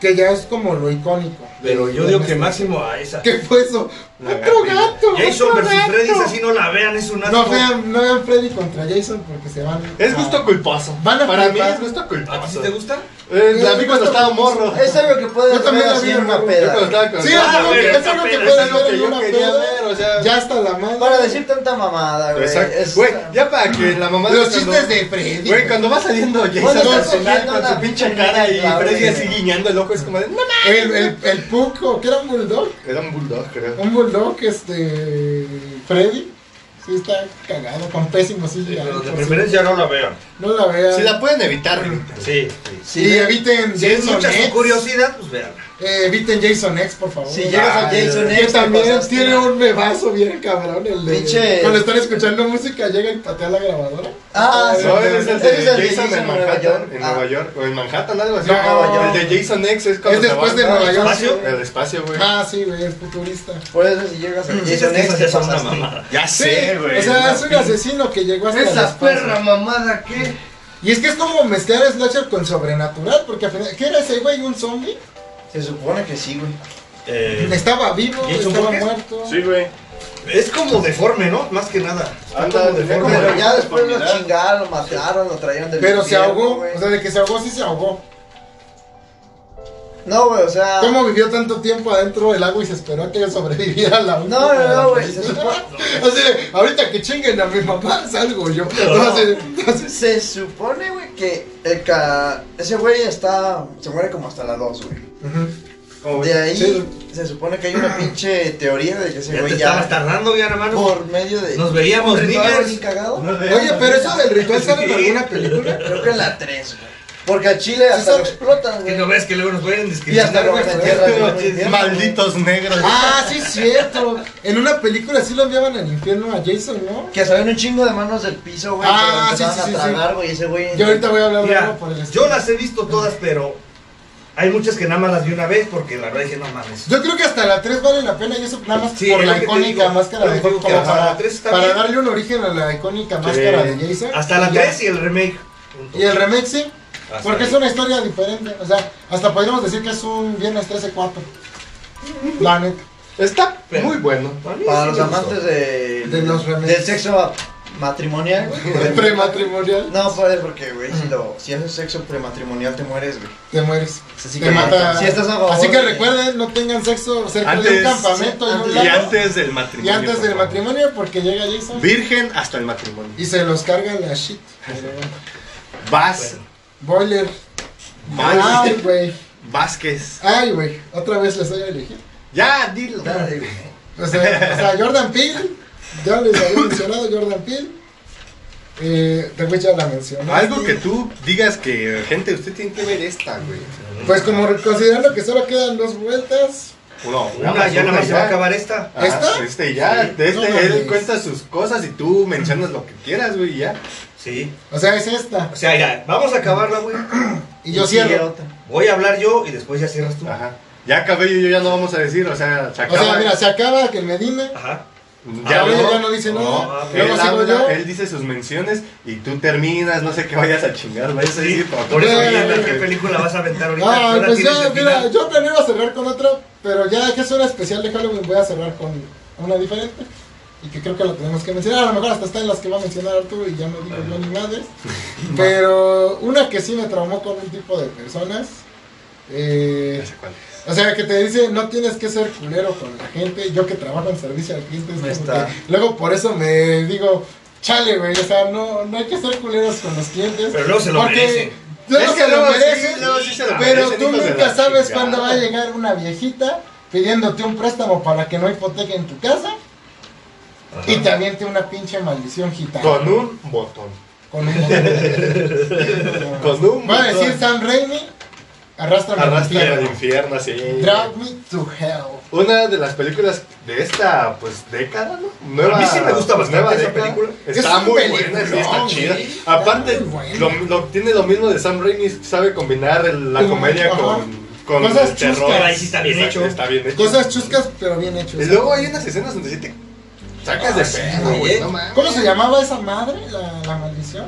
que ya es como lo icónico.
Pero yo digo que máximo a esa.
¿Qué fue eso?
La
¡Otro
gatilla.
gato!
Jason
¡Otro
versus
gato!
Freddy, esa sí no la vean, es un
No
asco.
vean, no vean Freddy contra Jason porque se van.
Es
a-
gusto culposo.
Van a
Para mí
flipar.
es gusto
¿A ti sí
culposo.
te gusta?
Eh, la
Es
vi
gusto
cuando estaba
culposo.
morro.
Es algo que
Yo
puedes
también
ver
la
así
vi
en
en
una
la-
Yo cuando
peda.
estaba con-
Sí,
Ah,
es lo
güey,
que, es algo que
apenas,
puedes
es lo
ver
que
en
yo
una
quería
peda.
ver, o sea.
Ya hasta la madre.
Para decir tanta mamada, güey.
Exacto.
Es-
Güey, ya para que la mamá
Los
cuando-
chistes de Freddy.
Güey, cuando va saliendo Jason
Bueno,
al
está
cenar
cogiendo
con su
una
pinche
pinche
cara y
niña,
Freddy
güey.
así guiñando el ojo, es como de. "No mames".
El, el, el Puco, que era un bulldog.
Era un bulldog, creo.
Un bulldog, este. Freddy. Sí, está cagado, con pésimo sí. ya,
Pero de
por
preferencia no la vean.
sí. No la vean.
Si la pueden evitar.
Sí.
si
Y
ve-
eviten
Si es
Jason
mucha su
X.
curiosidad, pues veanla.
Eh, eviten Jason X, por favor.
Si llegas a
Ay,
Jason
güey.
Que
X, te
también
pasaste.
tiene un bebazo bien cabrón el de.
Pinche-
Cuando están escuchando música, llega y patea la grabadora.
Ah, sí.
No, es el de
Ese es el de
Jason en
Jason en Nueva
Manhattan,
York.
en
Ah.
Nueva York, o en Manhattan, algo así.
No, Nueva
York.
el de Jason X es
Es
cuando se
después
van
de
al
Nueva York.
espacio.
sí.
El espacio, güey.
Ah, sí, güey, es futurista.
Por eso si llegas a
Sí,
Jason X, te
es una
pasaste.
mamada.
Ya sé, güey.
O sea, es un
una
asesino que llegó hasta el
Esa
espacio.
perra mamada que.
Y es que es como mezclar slasher con sobrenatural, porque al final, ¿qué era ese güey? ¿Un zombie?
Se supone que sí, güey.
Eh,
Estaba vivo,
¿Y eso
estaba
por qué?
muerto.
Sí, güey.
es como deforme, ¿no? Más que nada. Está
Anda,
como
tenía
deforme.
como-
Pero ya después lo
oportunidad.
chingaron, lo mataron, lo trajeron del
Pero se
infierno,
ahogó,
güey.
o sea, de que se ahogó, sí se ahogó.
No, güey, o sea.
¿Cómo vivió tanto tiempo adentro del agua y se esperó a que sobreviviera la última?
No, no, no, güey. Se, supo-
Así de, ahorita que chinguen a mi mamá, salgo yo. No, así de- así-
se supone, güey, que el ca- ese güey está. Se muere como hasta la 2, güey. De ahí
Sí.
se supone que hay una pinche teoría de que ese
Ya te
güey
estabas
ya.
tardando, bien, hermano.
Por medio de.
Nos veíamos,
un ritual
niggers.
bien cagado.
Oye, pero eso del ritual sale en alguna película.
Creo que en la 3, güey. Porque a Chile
Sí,
hasta
sabe.
lo explotan,
Y no
güey.
ves que luego nos pueden
Y hasta
discriminar,
lo
güey.
metieron en el infierno,
Malditos negros.
Ah, sí, es cierto. En una película sí lo enviaban al infierno a Jason, ¿no?
güey. Que salieron un chingo de manos del piso, güey.
Ah,
que lo empezaron
sí, sí,
a
sí, sí.
tragar, güey. y Ese güey.
Yo ahorita voy a hablar de
Mira,
algo por el estilo.
yo las he visto todas, pero hay muchas que nada más las vi una vez porque la verdad dije, no mames.
Yo creo que hasta la 3 vale la pena y eso nada más
Sí,
por
es
la
lo que te
icónica
digo.
máscara
Yo
de
digo
Jason.
que
Como
hasta
para,
la tres está
para
bien.
darle un origen a la icónica máscara de Jason.
Hasta la
Y ya.
3 y el remake. Punto.
Y el remake sí,
Hasta
porque
ahí.
es una historia diferente. O sea, hasta podríamos decir que es un Viernes 13-4. La neta.
Está
Pero-
muy bueno.
Para mí
Para
sí
los
me gustó.
amantes de,
De los remakes.
del sexo matrimonial, güey.
Prematrimonial.
No, puede, porque, güey, si, lo- si haces sexo prematrimonial te mueres, güey.
Te mueres.
Así
Te mata.
Si estás a favor,
Así que
güey.
recuerden, no tengan sexo cerca de un
Antes-
campamento y, un
antes-
Y
lago.
antes del matrimonio.
Y antes
por
del
favor.
matrimonio, porque llega Jason
Virgen hasta el matrimonio.
y se los carga la shit. Pero bueno.
Vas.
Boiler.
Vas-
Ay, güey.
Vázquez.
Ay, güey. Otra vez les voy a elegir.
Ya, dilo.
Dale, güey.
O sea, o sea, Jordan Peele, ya les había mencionado Jordan Peele. Eh, The Witch ya la mencioné.
Algo que tú digas que, gente, usted tiene que ver esta, güey.
Pues como considerando que solo quedan dos vueltas,
No,
Una, ya nada más se va a acabar esta.
Ajá,
¿Esta?
Este ya,
Sí.
de este,
No
él
mames.
cuenta sus cosas y tú mencionas lo que quieras, güey, y ya.
Sí.
o sea, es esta.
O sea, ya, vamos a acabarla, güey.
Y yo
sigue
cierro.
otra.
Voy a hablar yo y después ya cierras
Ah.
tú.
Ajá. Ya cabello yo ya no vamos a decir, o sea, se
O
acaba.
sea, mira, se acaba que me dime.
Ajá.
ya,
Cabello
habló.
ya no dice nada.
No,
Luego
él,
sigo
habla,
yo.
él dice sus menciones y tú terminas, no sé qué vayas a chingar, vayas a
Sí,
decir, pero
por eso
Güey.
voy a ver qué película vas a aventar ahorita.
Ah,
Ahora
pues
tienes
yo,
el
mira,
final.
yo planeaba cerrar con otra, pero ya que es una especial de Halloween, voy a cerrar con una diferente. Y que creo que la tenemos que mencionar. A lo mejor hasta está en las que va a mencionar Arturo y ya no digo yo ni madres. Pero una que sí me traumó con un tipo de personas. eh,
Ya sé cuál es.
o sea, que te dice, no tienes que ser culero con la gente. Yo que trabajo en servicio al cliente, es
Me
como
está.
que- luego por eso me digo, chale, güey. O sea, no, no hay que ser culeros con los clientes.
Pero luego se lo
porque
merecen.
luego
Es que
se lo
luego sí,
merecen.
luego sí se lo
Pero
merecen,
tú
hijos de
nunca
la
sabes
chingada.
cuándo va a llegar una viejita pidiéndote un préstamo para que no hipotequen tu casa y te aviente una pinche maldición gitana.
Con un botón.
Con un botón.
Con un
Va a
botón.
decir Sam Raimi, arrástrame, al
Arrastra al
infierno.
infierno, así.
Drag me to hell.
Una de las películas de esta, pues, década, ¿no? Nueva,
A mí sí me gusta
pues,
bastante
nueva
esa
década.
película.
Está
Es un
muy
peliculón,
buena, sí, está
güey.
chida.
Está
Aparte,
muy buena.
lo, lo- tiene lo mismo de Sam Raimi, sabe combinar el- la
Como-
comedia
ajá.
con, con
Cosas
el terror.
chuscas.
Ahí sí está bien
Exacto,
hecho.
Está bien hecho.
Cosas chuscas, pero bien
Y
hechas.
luego hay unas escenas donde sí te sacas de pedo,
Ah,
güey,
güey.
¿eh?
No mames.
¿Cómo se llamaba esa madre, la, la maldición?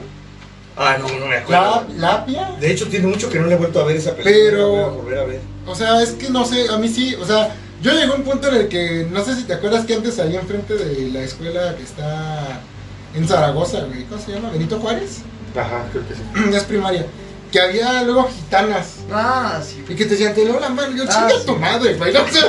Ah, no, no me
La,
acuerdo.
lapia.
De hecho, tiene mucho que no le he vuelto a ver esa película.
Pero-
La voy a volver a ver.
O sea, es que no sé, a mí sí, o sea, yo llegué a un punto en el que, no sé si te acuerdas que antes ahí enfrente de la escuela que está en Zaragoza, güey, ¿cómo se llama? Benito Juárez,
Ajá, creo que sí.
es primaria, que había luego gitanas.
Ah, sí.
Y que te decían, te leo la mano, yo
Ah,
chinga
sí.
tu madre, güey. No, o sea,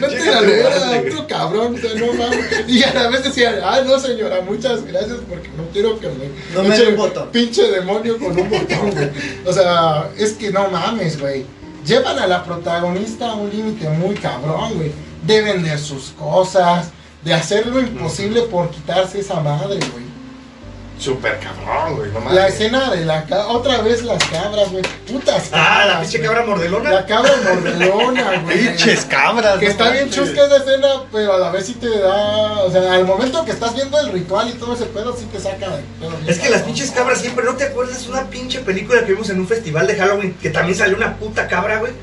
no te la leas a otro cabrón, o sea, no mames. Y a la vez decían, ah, no señora, muchas gracias porque no quiero que me.
No me dé
eche
un botón.
Pinche demonio con un botón, güey. O sea, es que no mames, güey. Llevan a la protagonista a un límite muy cabrón, güey. De vender sus cosas, de hacer lo imposible por quitarse esa madre, güey.
Súper cabrón, güey, no mames.
La escena de la. ca- Otra vez las cabras, güey. Putas
Ah, la
cabras,
pinche
güey.
cabra mordelona.
La cabra mordelona, güey.
Pinches cabras.
Que
no
está bien
manches.
chusca esa escena, pero a la vez sí te da. O sea, al momento que estás viendo el ritual y todo ese pedo, sí te saca de pedo bien
Es que las
cabrón.
pinches cabras siempre, ¿no te acuerdas una pinche película que vimos en un festival de Halloween que también salió una puta cabra, güey?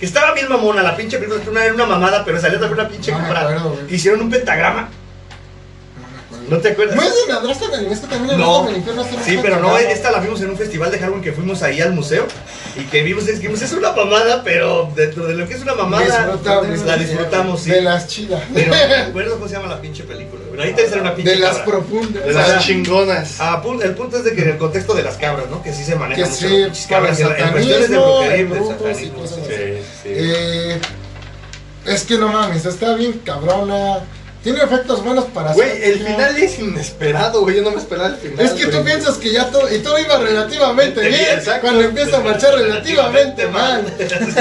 Que estaba bien mamona, la pinche película que una era una mamada, pero salió también una pinche
No me
cabra.
acuerdo, güey.
que hicieron un pentagrama. ¿No te acuerdas?
¿No es de madrastra del es que también el
No.
madrastra del infierno hace
Sí,
mucho
pero no,
trabajo.
esta la vimos en un festival de Halloween que fuimos ahí al museo y que vimos, es, vimos, es una mamada, pero dentro de lo que es una mamada,
Disfrutable.
la disfrutamos, sí.
De las chidas.
Pero me acuerdo cómo se llama la pinche película. güey. Ahí te sale una pinche
De las
cabra.
profundas.
De
O sea,
las chingonas.
Ah, pun- el punto es de que en el contexto de las cabras, ¿no? Que sí se maneja
Que
mucho
sí,
las pinches
para
cabras
el
en la- en cuestiones de
satanismo,
brujería y de
brutos y
satanismo,
cosas
sí,
así.
sí.
Sí, sí.
Eh, es que no mames, está bien cabrona. Tiene efectos buenos para
Güey,
hacer-
el final es inesperado, güey. Yo no me esperaba el final.
Es que tú
güey.
piensas que ya todo, y todo iba relativamente
Sí,
bien,
exacto.
cuando empieza a marchar relativamente mal.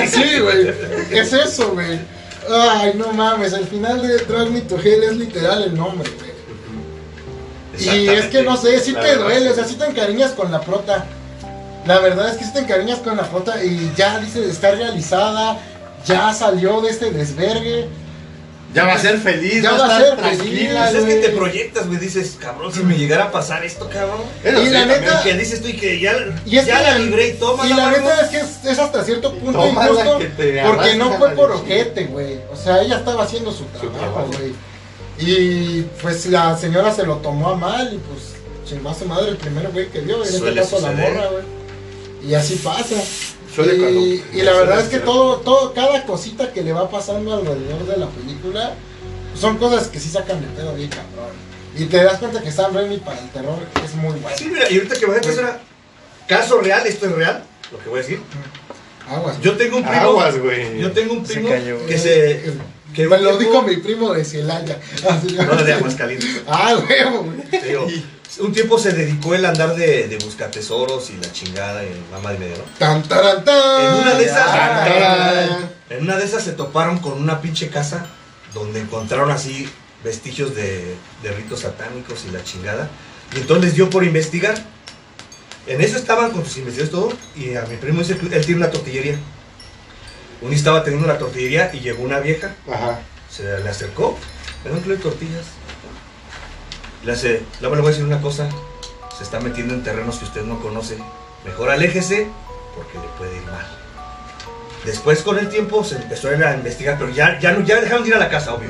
Sí, güey, es eso, güey. Ay, no mames, el final de Drag Me to Hell es literal el nombre, güey. Y es que no sé, sí
La
te
verdad,
duele,
sí.
o sea, sí te encariñas con la prota. La verdad es que sí te encariñas con la prota y ya dice está realizada, ya salió de este desvergue.
Ya va a ser feliz,
Ya
va
va a
a
ser
estar tranquila.
feliz.
Pues es que te proyectas, güey, dices, cabrón, si me llegara a pasar esto, cabrón.
Eso
Mm. Y
sí,
la
también.
neta-
Y que dices tú y que ya,
Y es
ya
que
la libré y toma
Y la neta es que es, es hasta cierto punto
Tómala
injusto
que te
porque no
arrastra
fue
la
por
leche.
ojete, güey. O sea, ella estaba haciendo su trabajo,
trabajo.
güey. Y pues la señora se lo tomó a mal y pues chingó a su madre el primer güey que vio, en este
Suele
caso la
suceder.
morra, güey. Y así pasa.
Suele
y,
cuando-
y la verdad
suele
es que
ser.
todo, todo, cada cosita que le va pasando alrededor de la película son cosas que sí sacan de pedo bien cabrón. Y te das cuenta que Sam Raimi para el terror es Pues- muy bueno.
Sí, mira, y ahorita que vas a empezar a... Caso real, esto es real, lo que voy a decir.
Aguas.
Yo tengo un primo...
Aguas, güey.
Yo tengo un primo
cayó, güey.
que se... Que
me
un
lo
tiempo-
dijo mi primo de Celaya. Así-
No, de Aguascalientes.
Ah, huevo, güey.
Te digo, un tiempo se dedicó él a andar de, de tesoros y la chingada y la madre media, ¿no?
Tan, taran, tan.
En una de esas- Ah,
Tan, taran.
En una de esas se toparon con una pinche casa donde encontraron así vestigios de, de ritos satánicos y la chingada. Y entonces dio por investigar. En eso estaban con sus investigadores todo. Y a mi primo dice que él tiene una tortillería. Uno estaba teniendo una tortillería y llegó una vieja
Ajá.
se le acercó, pero no incluye tortillas. Le hace, le voy a decir una cosa, se está metiendo en terrenos que usted no conoce. Mejor aléjese porque le puede ir mal. Después con el tiempo se empezó a ir a investigar, pero ya, ya, no, ya dejaron de ir a la casa, obvio.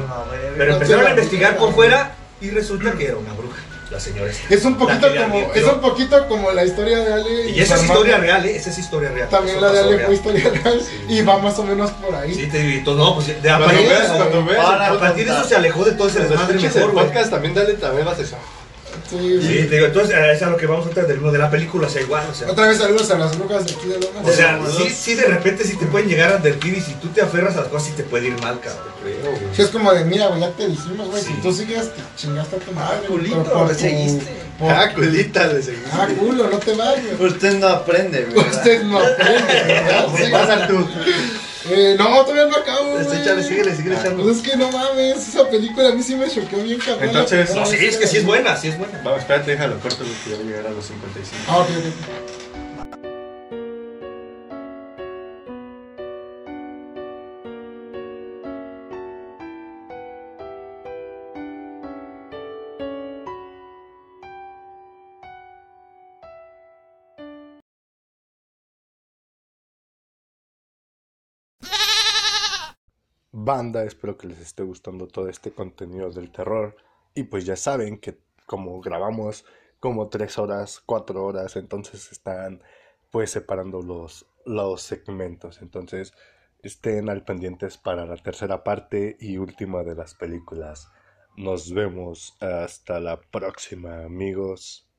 Pero empezaron a investigar por fuera y resulta que era una bruja, la señora esta.
Es un poquito
La que ya
como,
advirtió.
es un poquito como la historia de Ale.
Y esa es
Farmacia.
historia real, ¿eh? Esa es historia real.
También
Eso
la de
pasó
Ale
real.
fue historia real y va más o menos por ahí.
Sí, te digo, y todo, no, pues de- a
Cuando
partir,
veas, cuando veas.
a partir de eso se alejó de todo ese
pues,
Cuando
desmadre
escuches el
mejor, güey.
podcast, también dale también vas a eso.
Sí,
Sí,
güey.
te digo, entonces eh, es a lo que vamos a tratar del uno de la película, o sea, igual, o sea.
Otra vez saludos a las brujas de aquí de Lomas.
O sea, sí, sí, de repente sí te pueden llegar a advertir y si tú te aferras a las cosas sí te puede ir mal, cabrón.
Sí, es como de, mira, güey, ya te dijimos, güey,
Sí. Ah,
si tú sigues, te chingaste a tu madre. güey,
culito,
por- por
le
tu-
seguiste.
por-
Ah, culita de seguir.
Ah, culo, no te vayas.
Usted no aprende, güey.
Usted no aprende, ¿verdad?
Pues
Sí.
Pasa tú.
Eh, no, todavía no acabo,
Este,
güey.
sigue echando.
Pues es que no mames, esa película a mí sí me choqueó bien cabrón.
Entonces,
La
No, sí,
primera
es que
vez
sí
la
es buena, sí es buena.
Vamos, espérate, déjalo corto porque ya voy a llegar a los 55.
vi. Ah, ok, ok.
Banda, espero que les esté gustando todo este contenido del terror. Y pues ya saben que como grabamos como tres horas, cuatro horas, entonces están pues separando los, los segmentos. Entonces estén al pendientes para la tercera parte y última de las películas. Nos vemos hasta la próxima, amigos.